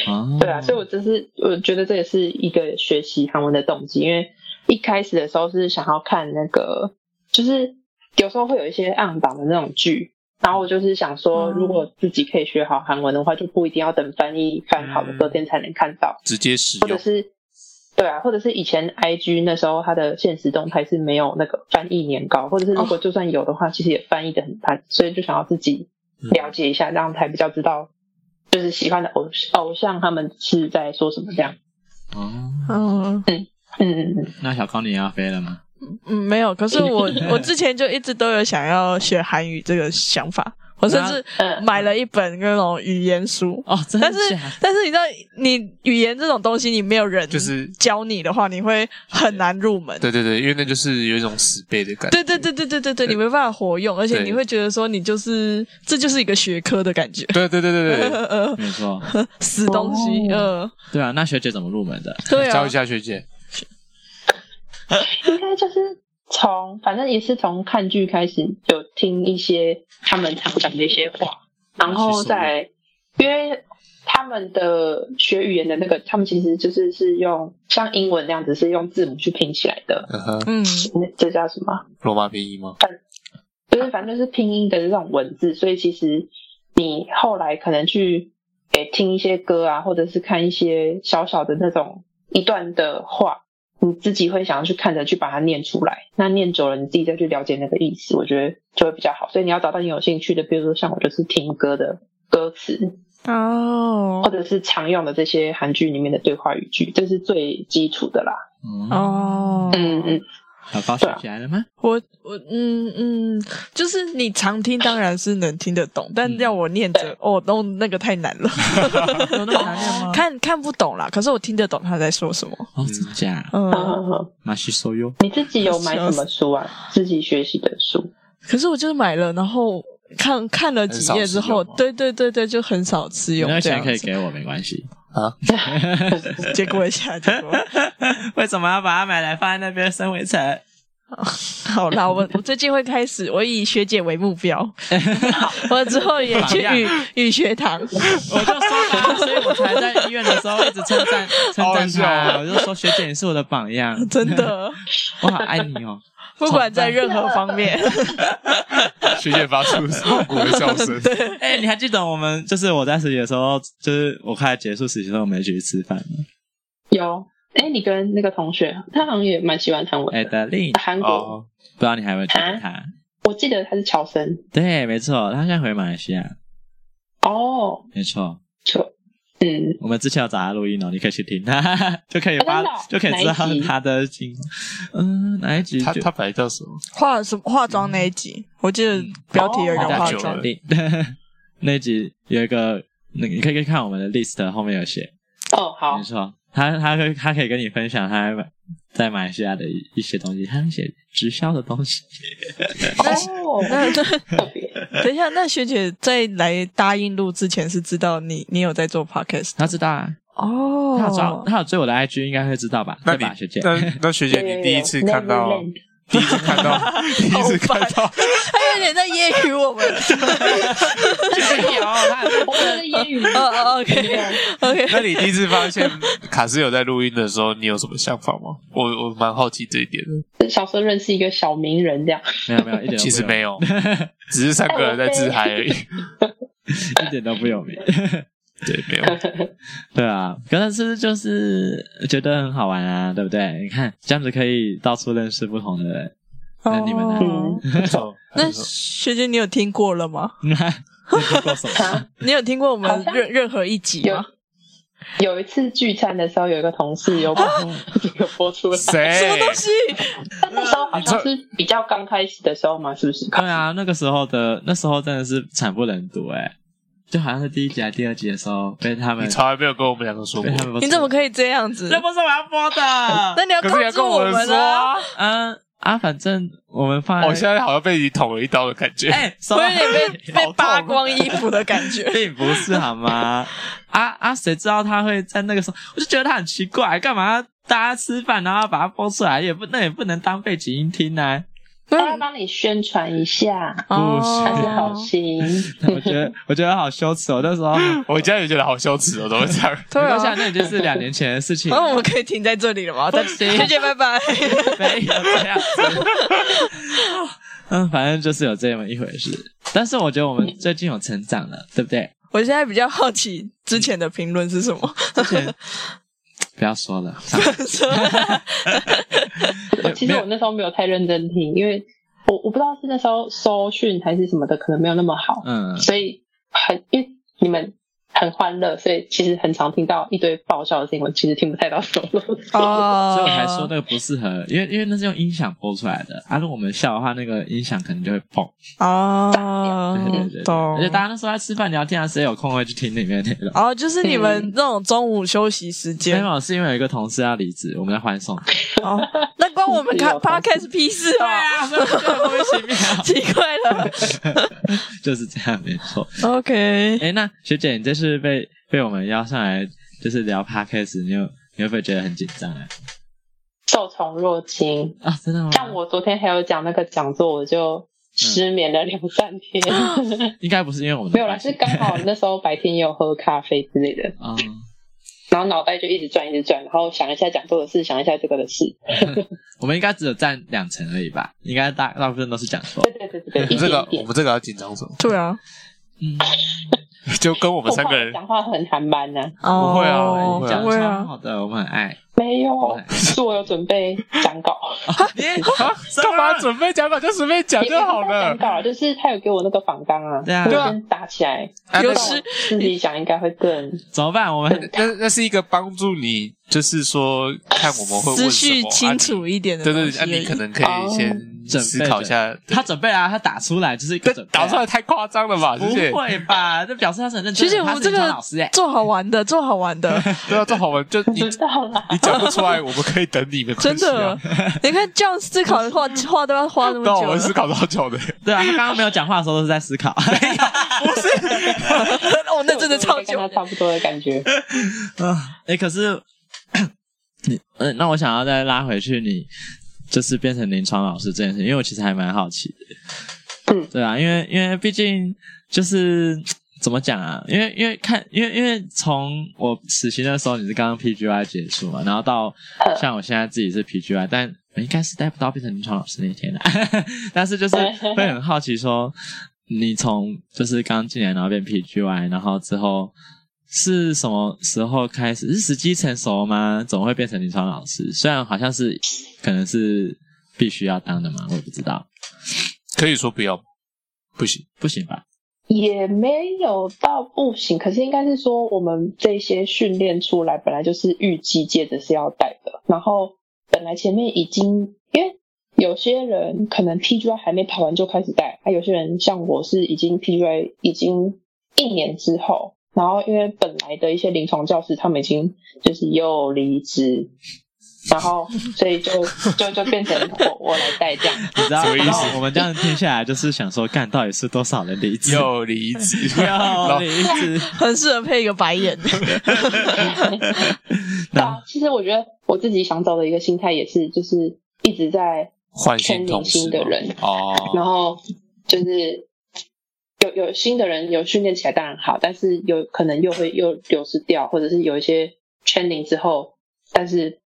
哦对啊，所以我这是我觉得这也是一个学习韩文的动机，因为一开始的时候是想要看那个，就是有时候会有一些暗档的那种剧，然后我就是想说，嗯如果自己可以学好韩文的话，就不一定要等翻译翻好的隔天才能看到，直接使或者用。是对啊，或者是以前 I G 那时候它的现实动态是没有那个翻译年糕，或者是如果就算有的话，其实也翻译的很烂，所以就想要自己了解一下，这样才比较知道。就是喜欢的偶偶像，他们是在说什么这样？哦，嗯嗯，嗯嗯那小康你要飞了吗？嗯，没有。可是我我之前就一直都有想要学韩语这个想法，我甚至嗯买了一本那种语言书。哦，真的但是假的，但是你知道，你语言这种东西，你没有人就是教你的话，你会很难入门。对对对，因为那就是有一种死背的感对觉。对对对对对对，你没办法活用，而且对你会觉得说你就是这就是一个学科的感觉，对对对对对呃，没错，死东西，呃，对啊。那学姐怎么入门的？ 对教啊一，下学姐。 应该就是从，反正也是从看剧开始，有听一些他们常讲的一些话，然后再来因为他们的学语言的那个，他们其实就是是用像英文那样子是用字母去拼起来的，嗯哼，嗯，那这叫什么？罗马拼音吗？就是反正就是拼音的这种文字，所以其实你后来可能去诶听一些歌啊，或者是看一些小小的那种一段的话，你自己会想要去看着去把它念出来。那念久了，你自己再去了解那个意思，我觉得就会比较好。所以你要找到你有兴趣的，比如说像我就是听歌的歌词，或哦者是常用的这些韩剧里面的对话语句，这是最基础的啦。哦，哦，嗯嗯，小高学起来了吗？我我嗯嗯，就是你常听当然是能听得懂，但嗯要我念着，哦，都那个太难了， 有那么难念吗？看看不懂啦，可是我听得懂他在说什么，哦，真的假？嗯。嗯马西收哟。你自己有买什么书啊？自己学习的 书？可是我就是买了，然后看看了几页之后很少吃用吗，对对对对，就很少吃你用那这钱样可以子。给我，没关系。结果一下，结果 为什么要把它买来放在那边升维层？好啦，我我最近会开始，我以学姐为目 标， 我之后也去榜语语学堂。我就说吧，所以我才在医院的时候一直称 赞称好好赞笑他。啊我就说学姐你是我的榜样，真的，我好爱你哦。不管在任何方面， 学姐发出痛苦的笑声。 哎、你还记得我们就是我在实习的时候，就是我快结束实习的时候，我们一起去吃饭吗？有，哎，你跟那个同学，他好像也蛮喜欢韩文哎、的，德令，韩国，哦，不知道你还有没有记得他？我记得他是乔森。对，没错，他现在回马来西亚，哦，没错。就，嗯，我们之前有找他录音哦，你可以去听， 就可以发、啊就可真的哦以知道哪一集他的情。嗯，哪一集他就？他本来叫什么？化什么化妆那一集，我记得标题有一个哦化久妆了。定 那一集有一个，那你可以看我们的 list 后面有写，哦，好没，错，他他可以他可以跟你分享他在马来西亚的一一些东西，他会写直销的东 西。哦，那那特别，等一下，嗯啊那学姐在来答应录之前是知道你你有在做 podcast 他知道啊，哦他有抓，他有追我的 IG，应该会知道吧？那对你吧，学姐？那那学姐，你第一次看到，第一次看 到，第一次看到，他有点在揶揄我 们。我们的英语。哦，OK 对啊 OK， 那你第一次 发现卡斯有在录音的时候，你有什么想法吗？我我蛮好奇这一点的。小时候认识一个小名人，这样没有没有，一点都不其实没有有，只是三个人在自嗨而已。 名，一点都不有名。对，没有。对啊，可是就是觉得很好玩啊，对不对？你看这样子可以到处认识不同的 人。那你们呢哦不 错那不错学姐你有听过了吗？你看你听过什 么？你有听过我们好像任任何一集吗？有一次聚餐的时候，有一个同事 有把这个播出来，什么谁？东西？但那时候好像是比较刚开始的时候嘛，是不是？对啊，那个时候的那时候真的是惨不忍睹哎、就好像是第一集还是第二集的时候被他们你从来没有跟我们两个说被过。他们你怎么可以这样子这？不是我要播的？那你要可是你告要跟诉我们说啊！啊！嗯啊，反正我们放在我现在好像被你捅了一刀的感觉。哎，什我么。有点被 好被痛啊扒光衣服的感觉并不是好吗？啊啊，谁知道他会在那个时候？我就觉得他很奇 怪，干嘛大家吃饭然后把它播出来，也不那也不能当背景音听呢、啊他要帮你宣传一下，哦他是好心。 我觉得我觉得好羞耻哦，那时候。我家也觉得好羞耻哦，怎么会这样？ 对我想啊，哦那已经是两年前的事情 了，那我们可以停在这里了吗？但行学姐拜拜。没有这样子。 嗯，反正就是有这么一回事。但是我觉得我们最近有成长了，对不对？我现在比较好奇之前的评论是什么，之前不要说了，其实我那时候没有太认真听，因为我我不知道是那时候搜讯还是什么的，可能没有那么好，嗯，所以很因为你们很欢乐，所以其实很常听到一堆爆笑的新闻，其实听不太到什么。哦所以我才说那个不适合，因为因为那是用音响播出来的，啊，如果我们笑的话，那个音响可能就会蹦。哦对对对，，懂而。且大家那时候在吃饭聊天啊，谁有空会去听里面的内容？哦，就是你们那种中午休息时没间有，是因为有一个同事要离职，我们在欢送。哦，那关我们看有同事 podcast 屁事哦， 莫名其妙， 奇怪了。就是这样，没错。 OK，哎，那学姐，你这次被被我们邀上来，就是聊 podcast，你有你会不会觉得很紧张啊？ 受宠若惊，啊，真的吗？像我昨天还有讲那个讲座，我就失眠了两三天。嗯应该不是因为我们的 没有 啦，关系是刚 好那时候白天也有喝咖啡之类的，哦，然后脑袋就一直转，一直转，然后想一下讲座的事，想一下这个的事。我们应该只有占两成而已吧？应该大大部分都是讲座对。对对对对，一这个点我点。们这个要紧张什么？对啊，嗯，就跟我我们三怕个我人，讲话很含慢呐、哦不会啊我不们讲会得超啊。好的，我们很爱。没有对，是我有准备 讲稿，啊干嘛准备讲稿就随啊便讲也就好也不是了讲。稿就是他有给我那个仿纲啊，对啊我对啊先打起来，啊有那事自己想应该会更怎么办？我们那那是一个帮助你，就是说看我们会问什思么绪清楚啊一点你的对东对，西那、而已，你可能可以先思考一下。对他准备啊，他打出来就是一个但准备啊打出来太夸张了吧？不谢谢。会吧？这表示他是很认真学姐，的。我他们这是临床个老师哎，做好玩的，做好玩的，对啊，这好玩，就你知道 啦。你讲不出来，我们可以等你，没真关系的啊。。你看这样思考的话，话都要花那么但我久们了。思考到久的，对啊，他刚刚没有讲话的时候都是在思考。哦， 那真的超跟久他。差不多的感觉。啊，哎、可是你，嗯、那我想要再拉回去你，就是变成临床老师这件事，因为我其实还蛮好奇的。嗯对啊，因为因为毕竟就是怎么讲啊？因为因为看，因为因为从我实习的时候你是刚刚 PGY 结束嘛，然后到嗯像我现在自己是 PGY，但我应该是待不到变成临床老师那一天的、但是就是会很好奇说，你从就是刚进来然后变 PGY，然后之后是什么时候开始？是时机成熟吗？怎么会变成临床老师？虽然好像是可能是必须要当的嘛，我也不知道，可以说不要，不行。不行吧？也没有到不行，可是应该是说我们这些训练出来本来就是预计戒指是要戴的，然后本来前面已经因为有些人可能 PGI 还没跑完就开始戴，啊，有些人像我是已经 PGI 已经一年之后，然后因为本来的一些临床教师他们已经就是又离职，然后所以就就就变成我我来戴这样，你知道什么意思然后我们这样听下来，就是想说，干到底是多少人离职？ 又离职， 有离职，很适合配一个白眼， 对啊，其实我觉得我自己想走的一个心态也是，就是一直在，换新同事全领新的人哦，然后就是有有新的人有训练起来当然好，但是有可能又会又流失掉，或者是有一些 training 之后，但是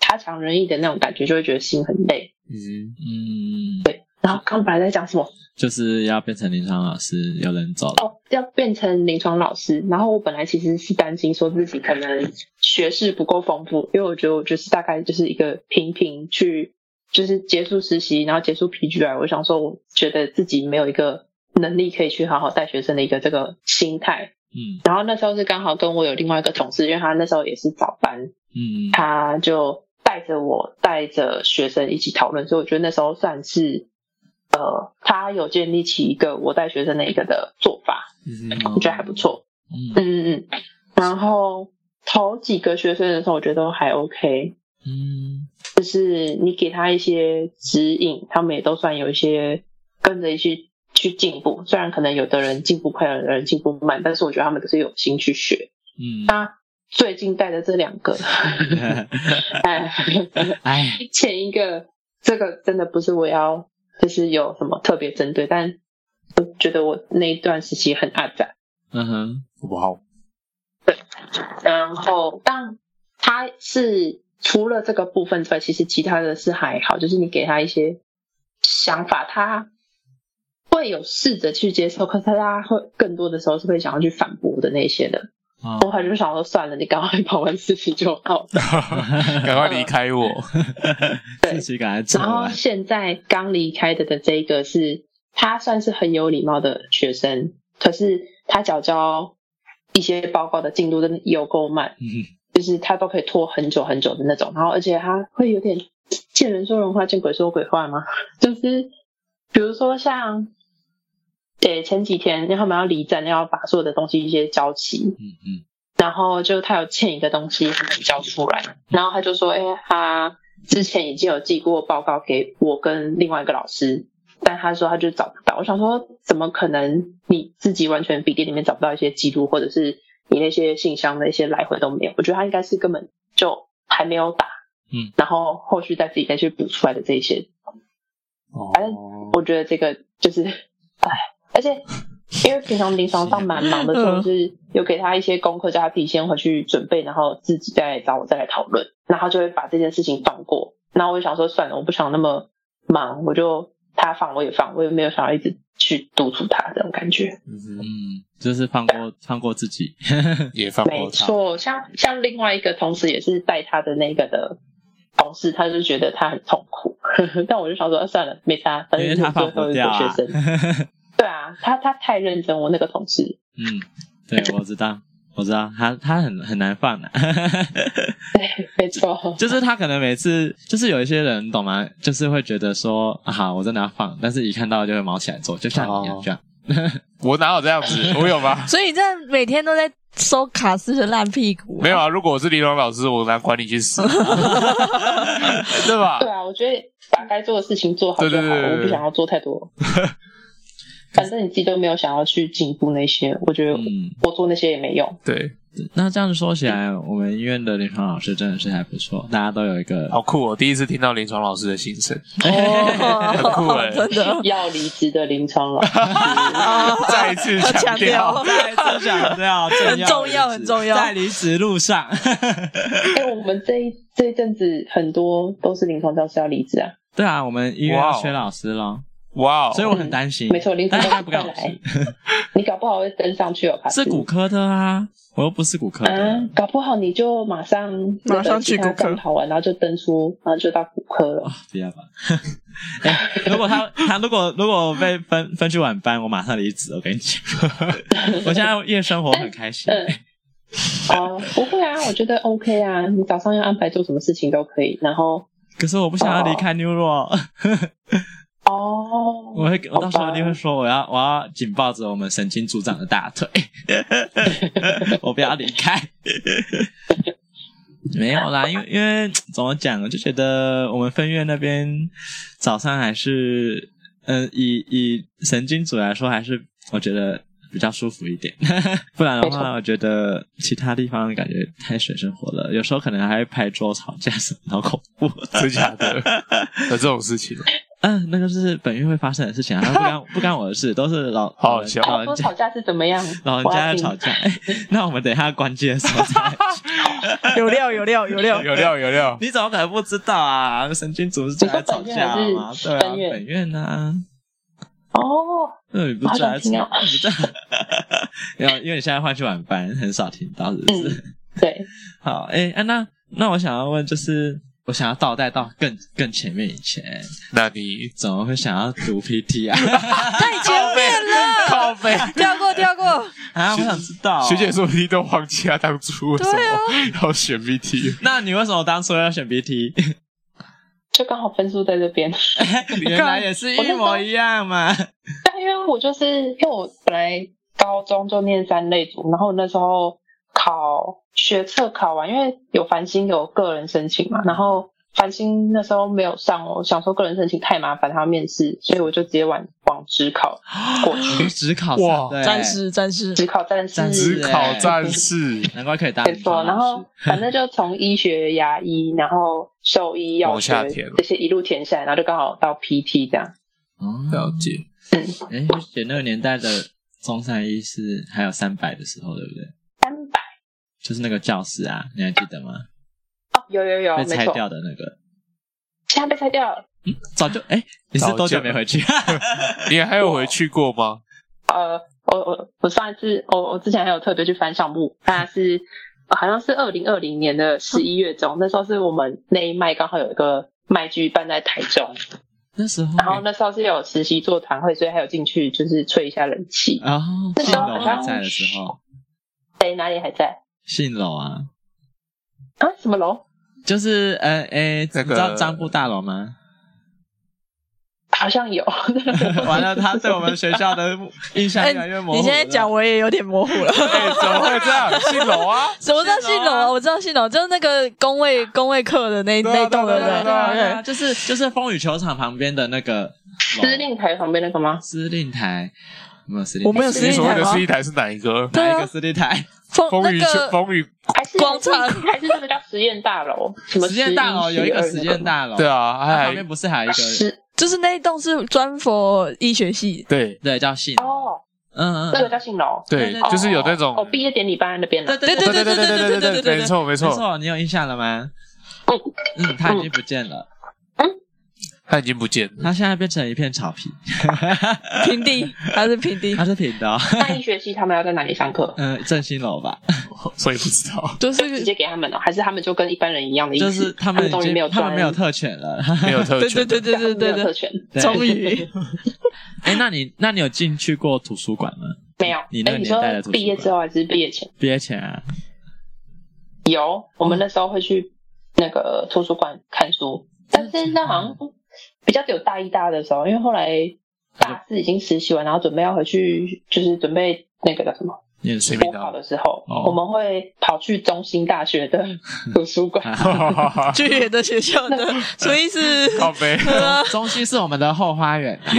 差强人意的那种感觉，就会觉得心很累。嗯，嗯，然后刚本来在讲什么就是要变成临床老师，有人走了，哦，要变成临床老师。然后我本来其实是担心说自己可能学识不够丰富，因为我觉得我就是大概就是一个平平去，就是结束实习，然后结束 PGI。我想说，我觉得自己没有一个能力可以去好好带学生的一个这个心态。嗯然后那时候是刚好跟我有另外一个同事，因为他那时候也是早班，嗯他就带着我，带着学生一起讨论，所以我觉得那时候算是，呃，他有建立起一个我带学生的一个的做法，嗯我觉得还不错。嗯嗯嗯嗯。然后头几个学生的时候，我觉得都还 OK，嗯就是你给他一些指引，他们也都算有一些跟着一些去进步。虽然可能有的人进步快，有的人进步慢，但是我觉得他们都是有心去学。嗯，最近带的这两个，哎， 哎，前一个这个真的不是我要就是有什么特别针对，但我觉得我那一段时期很阿展。嗯哼，哇 哦，然后，但他是除了这个部分之外，其实其他的是还好，就是你给他一些想法，他会有试着去接受，可是他会更多的时候是会想要去反驳的那些的。哦我还就想说，算了，你赶快跑完四十就好。赶快离开我！自己赶快做然后完。现在刚离开的的这一个是，他算是很有礼貌的学生，可是他缴交一些报告的进度真的有够慢，嗯就是他都可以拖很久很久的那种。然后而且他会有点见人说人话，见鬼说鬼话嘛， 就是比如说像。对，前几天因为他们要离站，要把所有的东西一些交齐，嗯嗯然后就他有欠一个东西还没交出来，然后他就说，哎、他之前已经有寄过报告给我跟另外一个老师，但他说他就找不到。我想说，怎么可能你自己完全笔记里面找不到一些记录，或者是你那些信箱的一些来回都没有？我觉得他应该是根本就还没有打，嗯，然后后续再自己再去补出来的这一些反正哦，我觉得这个就是，哎，而且因为平常临床上蛮忙的，所以我是有给他一些功课，叫他自己先回去准备，然后自己再找我再来讨论，然后他就会把这件事情放过。然后我就想说，算了，我不想那么忙，我就他放我也放，我也没有想要一直去督促他这种感觉。嗯哼嗯，就是放过放过自己。也放没过他。错，像像另外一个同事也是带他的那个的。同事他就觉得他很痛苦， 但我就想说、啊算了，没差，反因为正他最放后不一个掉学啊。生， 对啊，他他太认真，我那个同事，嗯，对，我知道，我知道，他他很很难放的、 没错，就是他可能每次就是有一些人，懂吗？就是会觉得说，啊、好，我真的要放，但是一看到就会毛起来做，就像你一样、哦这样。我哪有这样 子？我有吗？所以你在每天都在收卡斯的烂屁股、没有啊！如果我是林龙老师，我哪管你去 死，对吧对？啊，我觉得把该做的事情做好就对好，对对对对我不想要做 太多。反正你自己都没有想要去进步那些，我觉得嗯，我做那些也没用。对，那这样子说起来，我们医院的临床老师真的是还不错，大家都有一个好酷！哦！第一次听到临床老师的心声，很酷哦欸，真的。要离职的 临床哎老师，再一次要强强调调，再次强调，很重要离职很重要在离职路上。 因为我们这一这一阵子很多都是临床教师要离职啊，对啊，我们医院要哇哦缺老师咯，哇哦！所以我很担心。没错，临床但教应该师不快干我事来，你搞不好会登上去哦，卡斯是骨科的啊，我又不是骨科的啊。，搞不好你就马上那个马上去其他骨科刚考完，然后就登出，然后就到骨科了。不要吧！ 哎，如果他他如果如果被分分去晚班，我马上离职。我跟你讲， 我现在夜生活很开心。 嗯，哦，不会啊，我觉得 OK 啊，你早上要安排做什么事情都可以。然后，可是我不想要离开 New York，哦，我会我到时候一定会好吧说我要我要紧抱着我们神经组长的大腿， 我不要离开。没有啦，因为因为怎么讲，我就觉得我们分院那边早上还是，嗯，以以神经组来说，还是我觉得比较舒服一点。 不然的没话，错我觉得其他地方感觉太水深火热，有时候可能还会拍桌吵架什么，好恐怖。真假 的有这种事情，嗯，那个是本院会发生的事情啊，它不干不干我的事，都是老好老人笑老哦人说家吵架是怎么样？老人家在吵我要听架。哎那我们等一下关机的时候再。。有料有料有料，有料有料你怎么可能不知道啊？神经组是最爱吵架啊你对啊，说本院还是分院本院啊，哦，那你不是最爱吵好想听哦你不知道？因为因为你现在换去晚班，很少听到，是不是？对，好，哎、啊那那我想要问，就是我想要倒带到更更前面以前，那你怎么会想要读 PT 啊？太前面了，靠背，跳过跳过，啊，我想知道、学姐说不定都忘记她当初为什么要选 BT，那你为什么当初要选 BT？就刚好分数在这边。原来也是一模一样嘛。但因为我就是因为我本来高中就念三类组，然后我那时候考学测考完，因为有繁星有个人申请嘛，然后繁星那时候没有上，哦我想说个人申请太麻烦，他要面试，所以我就直接往往职考过去，只考哇对暂，时暂时，职考但但是欸是只考战士，难怪可以当没错，然后反正就从医学牙医，然后兽医药往下填这些一路填下来，然后就刚好到 PT 这样。哦，了解。哎，写那个年代的中山医是还有三百的时候，对不对？三百就是那个教室啊，你还记得吗？哦，有有有，被没拆错，掉的那个，现在被拆掉了。嗯，早就哎，你是早就多久没回去？你还有回去过吗？呃，我我我上一次，我我之前还有特别去翻项目，那是、呃好像是二零二零年的十一月中，那时候是我们那一麦刚好有一个麦剧办在台中，那时候然后那时候是有实习做堂会，所以还有进去就是吹一下冷气。然后哦那信时候楼好还像在的时候，谁哪里还在信楼啊，啊？什么楼？就是呃哎，那你个知道张布大楼吗？好像有。 完了，他对我们学校的印象越来越哎模糊了。你现在讲我也有点模糊了。哎，怎么会这样？姓楼啊？什么叫信信楼啊楼？我知道信楼就是那个工位工位课的那对啊那栋，对对啊不对？对啊对啊对就是就是风雨球场旁边的那个楼司令台旁边那个吗？司令台，有没有司令台？我们有司你令所谓台的吗司？一台是哪一个？对哪一啊个，司令台？风风那雨秋个风雨，还是广场还是那个叫实验大楼？什么实验大楼11有一个12实验大楼，对，啊，它还旁边不是还有一那个个十就是那一栋是专佛医学系，对对叫信，哦，嗯嗯那个嗯，叫信楼。对对，哦就是有那哦，种毕业典礼办在那边了。对对对对对对对对对对对没错没没错，错，你有印象了吗？嗯嗯，它已经不见了，他已经不见了。它现在变成一片草皮，平地还是平地它，是平的哦， 那一学期他们要在哪里 上课？嗯，振兴楼吧，哦我也不知道，就直是接给他们了，还是他们就跟一般人一样的意思？就是他们已哎终于没有经他们专没有特权了。 没有对特对权。对对对没对有特对，权，对终于哎，那你那你有进去过图书馆吗？没有。你那个哎年代的图书馆说毕业之后还是毕业前？毕业前啊，有，我们那时候会去那个图书馆看书，但是那好像嗯比较只有大一、大二的时候，因为后来嗯大四已经实习完，然后准备要回去，就是准备那个叫什么念书谁国考的时候，哦我们会跑去中兴大学的 图书啊馆。巨野的学校的，所以是靠 背， 呃中心是我们的后花园，啊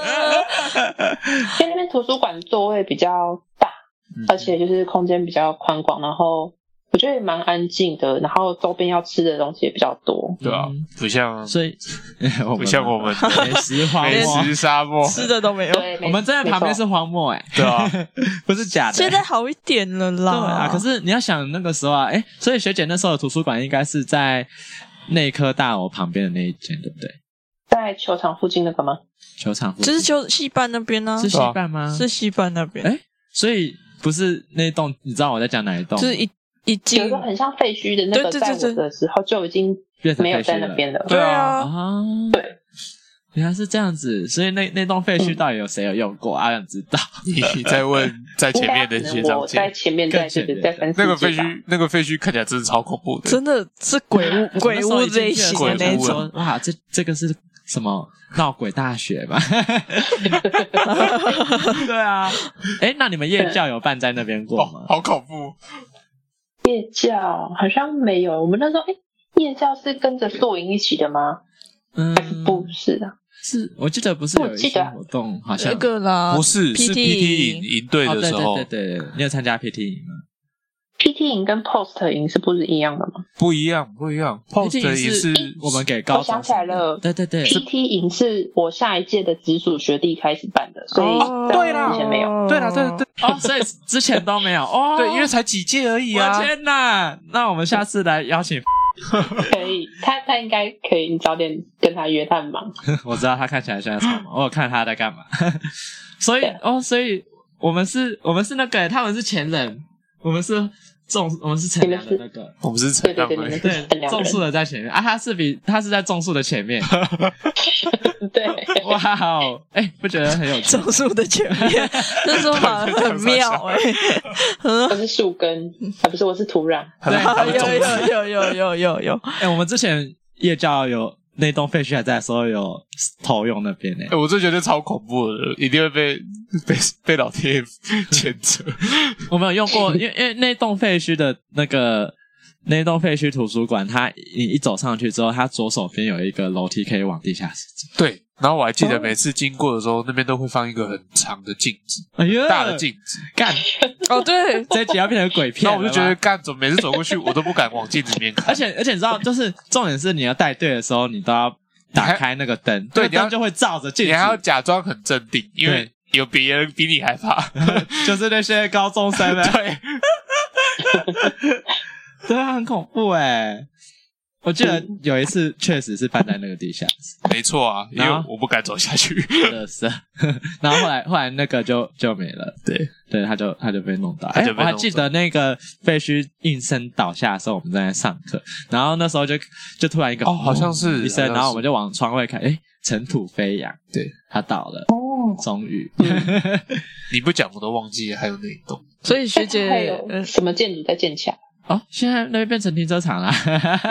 因为那边图书馆座位比较大，嗯而且就是空间比较宽广，然后我觉得也蛮安静的，然后周边要吃的东西也比较多。对啊，不像所以 不像我们的美食荒美漠，食沙漠，吃的都没有。对，没我们真的旁边没错是荒漠哎，对啊，不是假的。现在好一点了啦，对啊，可是你要想那个时候啊，哎，所以学姐那时候的图书馆应该是在内科大楼旁边的那一间，对不对？在球场附近那个吗？球场附就近是就戏班那边呢是，西半吗？是戏班那边哎，所以不是那栋，你知道我在讲哪一栋？就是一一有进一个很像废墟的那个，对对在对我的时候就已经变成没废有墟在了那边了。对啊啊，啊，对，原来是这样子，所以那那栋废嗯墟到底有谁有用过？阿想知道。你在问在前面的应该学可能长我在姐，前面，在这更前个面在三四那个废届吧墟，那个废墟看起来真的超恐怖的，真的是鬼屋鬼屋类型我的那那一时候一进去的时种，候我就说哇，这这个是什么闹鬼大学吧？ 对啊，哎，那你们夜教有办在那边过哦吗，？好恐怖，夜教好像没有，我们那时候哎，夜教是跟着宿营一起的吗？哎嗯，不是啊的，是，我记得不是有一我记得些活动，好像那个啦，不是是 PT PT 营营队哦，的对时候对对对，你有参加 PT 营吗 PT 营跟 Post 营是不是一样的吗不一样，不一样？PT ，Post 营也哦是我们给高中生的我想起来了对对对， ？PT 营是我下一届的直属学弟开始办的，所以哦在我对啦之前没有。对啦啊对对哦，所以之前都没有哦，对，因为才几届而已啊我，天哪，那我们下次来邀请，可以，他他应该可以，你早点跟他约，他很忙。 我知道他看起来像什么，我有看他在干嘛， 所以哦，所以我们是，我们是那个，他们是前人，我们是种，我们是乘凉的那个。我们是成对对长对，你们的，是对很，两个种树的在前面啊，他是比他是在种树的前 面，人，对，哇哦，哎、不觉得很 有趣？种树的前面， 这说法很妙哎、 我是树根，啊不是，我是土壤。他们他们种子啊有有有有有有，哎、我们之前夜教有那栋废墟还在的时候有投用那边呢、欸哎、我真的觉得超恐怖的，一定会被被被老天爷 谴责。我们有用 过，因为因为那栋废墟的那个那栋废墟图书馆，它你一走上去之后，它左手边有一个楼梯可以往地下室走。对，然后我还记得每次经过的时候，那边都会放一个很长的镜子，哎呀，大的镜子。干，哦，对，这一集要变成鬼片 那了吧，我就觉得干，怎么每次走过去我都不敢往镜子里面而看。且而且你知道，就是重点是你要带队的时候，你都要打开那个灯，对这个你要灯就会照着镜你子，还要假装很镇定，因为对有别人比你害怕。 就是那些高中生们，对，对啊，很恐怖哎、我记得有一次确实是办在那个地下 室，没错啊，因为然后我不敢走下去。乐色。然后后来后来那个就就没了，对，对，他就他就被弄倒。他哎就被我还弄记倒得那个废墟应声倒下的时候，我们正在上课，然后那时候就就突然一个哦好像是一声，好像是然后我们就往窗外看，哎，尘土飞扬，对，他倒了，哦，终于。嗯你不讲我都忘记还有那一栋。所以学还姐，有嗯什么建筑在建起来？ 哦，现在那边变成停车场啦，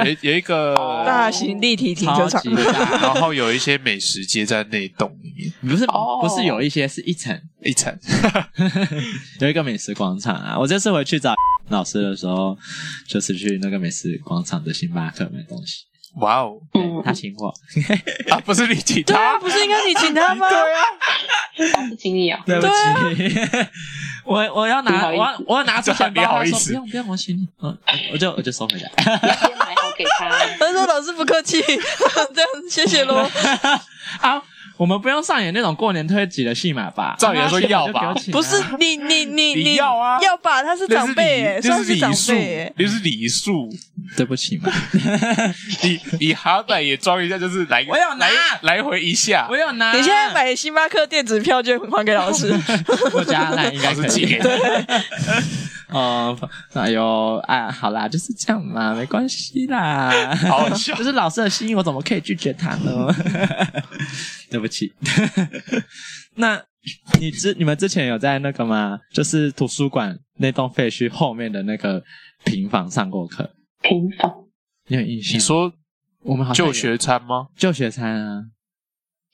有有一个，大型立体 停车超场级大。然后有一些美食街在那一栋里面不是哦不是有一些是一层，一层。有一个美食广场啊。我这次回去找 老师的时候，就是去那个美食广场的星巴克买东西，哇哦，嗯，他请我，啊，不是你请对啊，他，不是应该你请他吗？对啊，他是经历啊，对不起， 我我要拿我不好要我要拿出钱包，你好他说意思不用不用，我请你，嗯，我就我就收回来。你先买好给他。 他说老师不客气， 这样谢谢喽。啊， 我们不用上演那种过年特辑的戏码吧？照理来说要那就吧给我请啊不是你你你你要啊要吧？他是那长是辈耶，礼，那算是长礼数辈欸耶，。那是礼数。对不起嘛，你你好歹也装一下，就是来我有拿来来回一下我，有拿。你现在买星巴克电子票就还给老师，我加那应该老可师寄以给。他。 哦，哎呦，哎，好啦，就是这样嘛，没关系啦。好好笑这是老师的心意，我怎么可以拒绝他呢？对不起。 那你之你们之前有在那个吗？就是图书馆那栋废墟后面的那个平房上过课，平房你有印象？ 你说我们好像有就学餐吗？就学餐啊，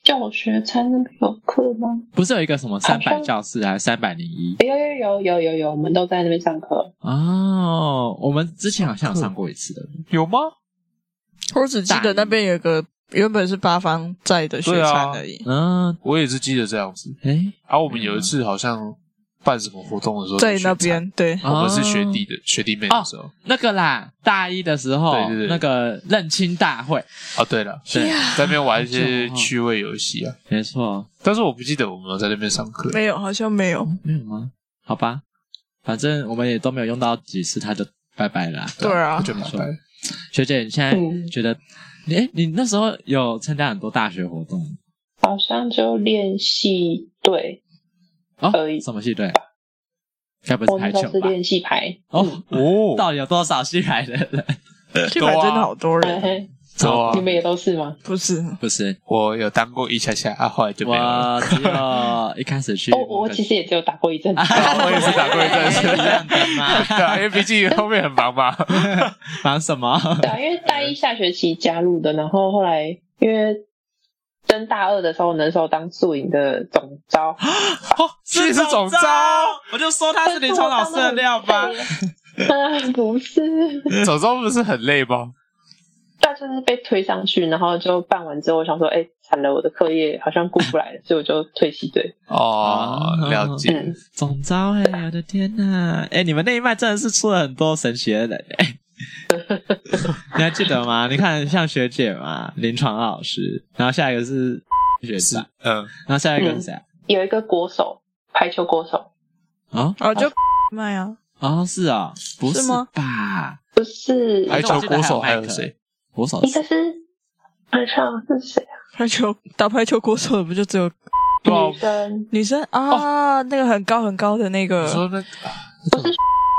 教学餐那边有课吗？不是有一个什么三好百像教室还是三百零一？有有有有有有，我们都在那边上课。哦，我们之前好像有上过一次的，有吗？我只记得那边有个原本是八方寨的学餐而已，嗯，我也是记得这样子。哎、啊，我们有一次好像办什么活动的时候，在那，边对。我们是学哦弟的学弟妹的时候。那个啦，大一的时候，对对对那个认亲大会，哦，对了，对，在那边玩一些好久哦趣味游戏啊，没错，但是我不记得我们有在那边上课。没有，好像没有。没有吗？好吧，反正我们也都没有用到几次，他就拜拜啦。对啊，就拜没错拜。学姐，你现在嗯觉得，你哎、你那时候有参加很多大学活动好像就练戏队，哦可？以什么系队？该不我是那排时候球是吧？练戏排。哦，哦，到底有多少系排的 人？去排真的好多嘿人，嘿走啊嗯你！们也都是吗？不是？不是，我有当过一下下，啊，后来就没有了。我只有一开始去 哦，某个，我其实也只有打过一阵 子。啊我也是打过一阵是一子。样的嘛。 对啊，因为毕竟后面很忙嘛。 忙什么？对啊，因为大一下学期加入的，然后后来因为升大二的时候，那时候当宿营的总招，啊是总招，我就说他是林冲老 师的料 吧。啊，不是，总招不是很累吗？但就是被推上去，然后就办完之后，我想说，哎、惨了，我的课业好像顾不来了，所以我就退戏队。哦，了解。嗯，总招哎、我的天呐，哎、你们那一脉真的是出了很多神奇的人 哎、你还记得吗？你看，像学姐嘛，临床老师，然后下一个是学是长，，嗯，然后下一个是谁啊？有一个国手，排球国手，嗯哦哦，就卖啊，哦，是哎啊、不是吗吧？不是，排一球国手还有谁？我手个是晚上是谁啊？排球打排球国手的不就只有对啊女生女生啊？那个很高很高的那你个说那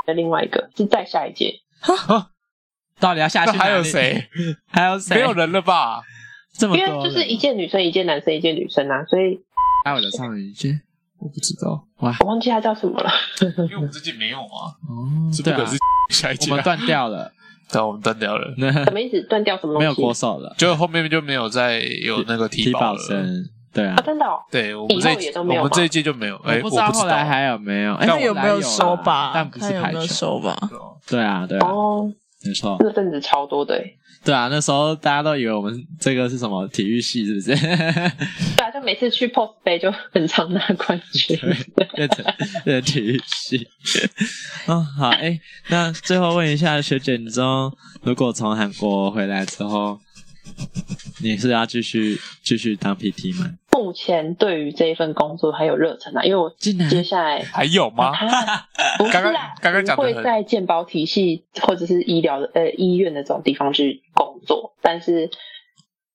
的另外一个是在下一届，到底要下去那哪里还有？谁？还有谁？没有人了吧？这么哦因多为啊人，就是一届女生，一届男生，一届女生啊，所以还有的上一句我不知道，哇我忘记他叫什么了。 因为我们最近没有啊，哦，是不对可啊是，下一我季们 啊，断掉了，对，我们断掉了， 那什么意思？断掉什么东没西？啊有国手了，就后面就没有再有那个体 踢保了。生，对啊啊，，真的哦，对我们这一以后也届都我没有吗们这一届就没有，哎，我我不知道后来还有没有，哎，但那我有没有收吧？但不是看有排没有球，收吧？对哦对啊，对啊，哦，没错，那阵子超多的欸，对啊，那时候大家都以为我们这个是什么体育系，是不是？ 对啊，就每次去 POS 杯就很常拿冠军。 对，对，体育系。哦，好，哎、欸，那最后问一下学姐，你之后如果从韩国回来之后，你是要继续继续当 PT 吗？目前对于这一份工作还有热忱啊，因为我接下来还有吗？ 啊、不是刚刚刚刚讲会在健保体系或者是医疗的呃医院的这种地方去工作，但是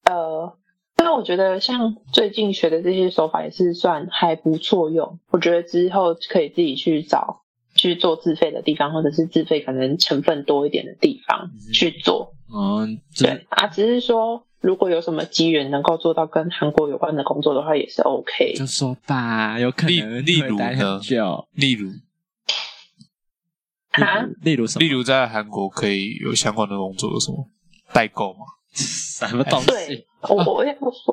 呃，因为我觉得像最近学的这些手法也是算还不错用，我觉得之后可以自己去找去做自费的地方，或者是自费可能成分多一点的地方去做。哦嗯，对啊，只是说。如果有什么机缘能够做到跟韩国有关的工作的话，也是 OK。就说吧，有可例能例如会待呢很久，？例如啊，例如什例么？如在韩国可以有相关的工作有什么？代购吗？什么东西对？我我我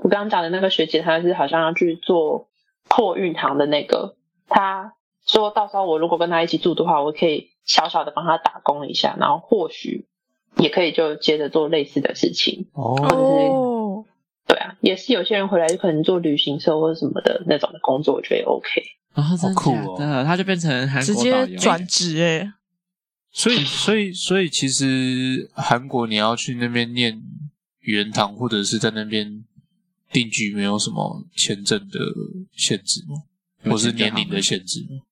我刚刚讲的那个学姐，她是好像要去做货运行的那个，她说到时候我如果跟她一起住的话，我可以小小的帮她打工一下，然后或许也可以就接着做类似的事情。哦，哦，对啊，也是有些人回来就可能做旅行社或者什么的那种的工作，我觉得也 OK。哦，真的酷假哦的？他就变成韩直国导接游转职哎，所以所以所以，其实韩国你要去那边念语言堂，或者是在那边定居，没有什么签证的限制吗？有或是签证年好龄吗的限制吗？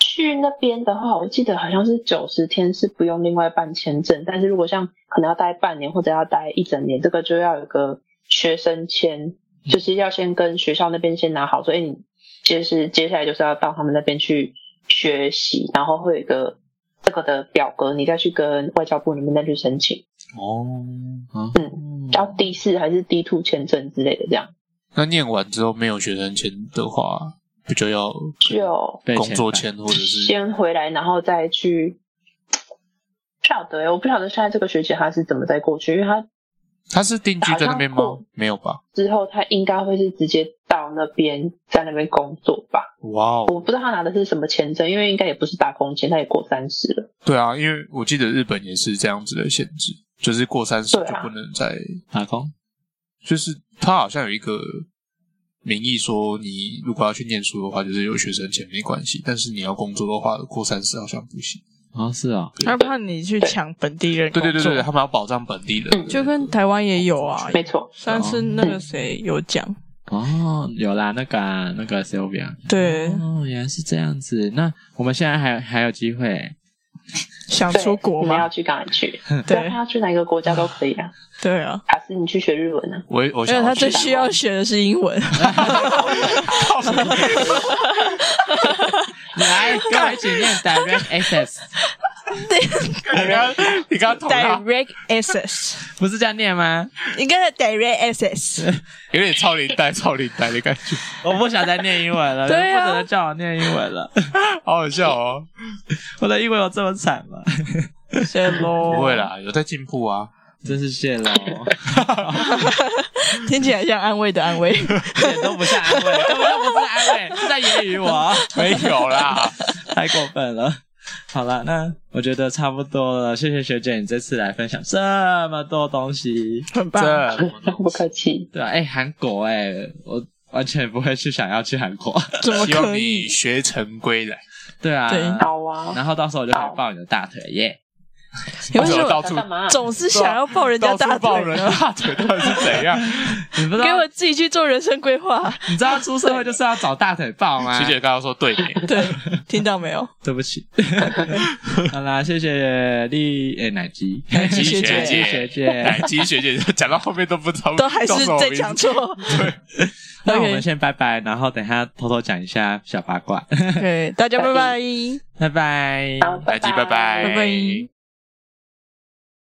去那边的话，我记得好像是九十天是不用另外办签证，但是如果像可能要待半年或者要待一整年，这个就要有个学生签，就是要先跟学校那边先拿好，所以你就是接下来就是要到他们那边去学习，然后会有一个这个的表格，你再去跟外交部那边再去申请，哦哦，嗯叫 D 四还是 D two 签证之类的，这样那念完之后没有学生签的话，不就要就被工作遣签或者是先回来，然后再去。不晓得耶我不晓得现在这个学姐她是怎么再过去，因为她他是定居在那边吗打算过？没有吧？之后，他应该会是直接到那边，在那边工作吧。哇哦，我不知道他拿的是什么签证，因为应该也不是打工签，他也过三十了。对啊，因为我记得日本也是这样子的限制，就是过三十对就啊不能再，打工，就是他好像有一个名义说，你如果要去念书的话，就是有学生签没关系，但是你要工作的话，过三十好像不行。哦，是哦，他怕你去抢本地人对工对作，对对，他们要保障本地人嗯的，就跟台湾也有啊。没错，上次那个谁有讲，哦，有啦，那个啊那个 Sylvia，对，哦，原来是这样子。那我们现在还还有机会，想对，出国你们要嘛？去赶快 去，对啊他要去哪个国家都可以 啊。对啊，还是你去学日文啊？ 我因为我想 他要去最需要学的是英文。来，跟我一起念 Direct Access，你刚刚你刚刚捅他 Direct access， 不是这样念吗？应该是 direct access。有点超龄带超龄带的感 觉，我不想再念英文 了，对啊不准再叫我念英文了，好好笑哦。我的英文有这么惨 吗？谢喽，不会，啦，有在进步啊。真是谢哦喽，一听起来像安慰的安 慰。点都不像安慰，根本就不是安慰，是在揶揄我。没有 啦， 太过分了。好了，那我觉得差不多了。谢谢学姐，你这次来分享这么多东西，很这棒。么多不客气，对吧、啊？哎、韩国哎、我完全不会去想要去韩国，怎么希望可你以？学成归来。对啊。对好啊。然后到时候我就可以抱你的大腿耶。你为为什什么么到处要干嘛？啊总是想要抱人家到大啊处抱腿人 呢？大腿到底是怎样？你不知给道我，自己去做人生规划。你知道出社会就是要找大腿抱吗？学姐刚刚说对没？对， 听到没有？对 不起。好啦，谢谢丽哎奶鸡奶鸡学姐鸡学姐哎。，其实学姐讲到后面都不知道，都还是叫什么在名字讲 错。那我 OK 们先拜拜，然后等一下偷偷讲一下小八卦，对，大家拜拜。拜拜。好，来鸡拜拜拜拜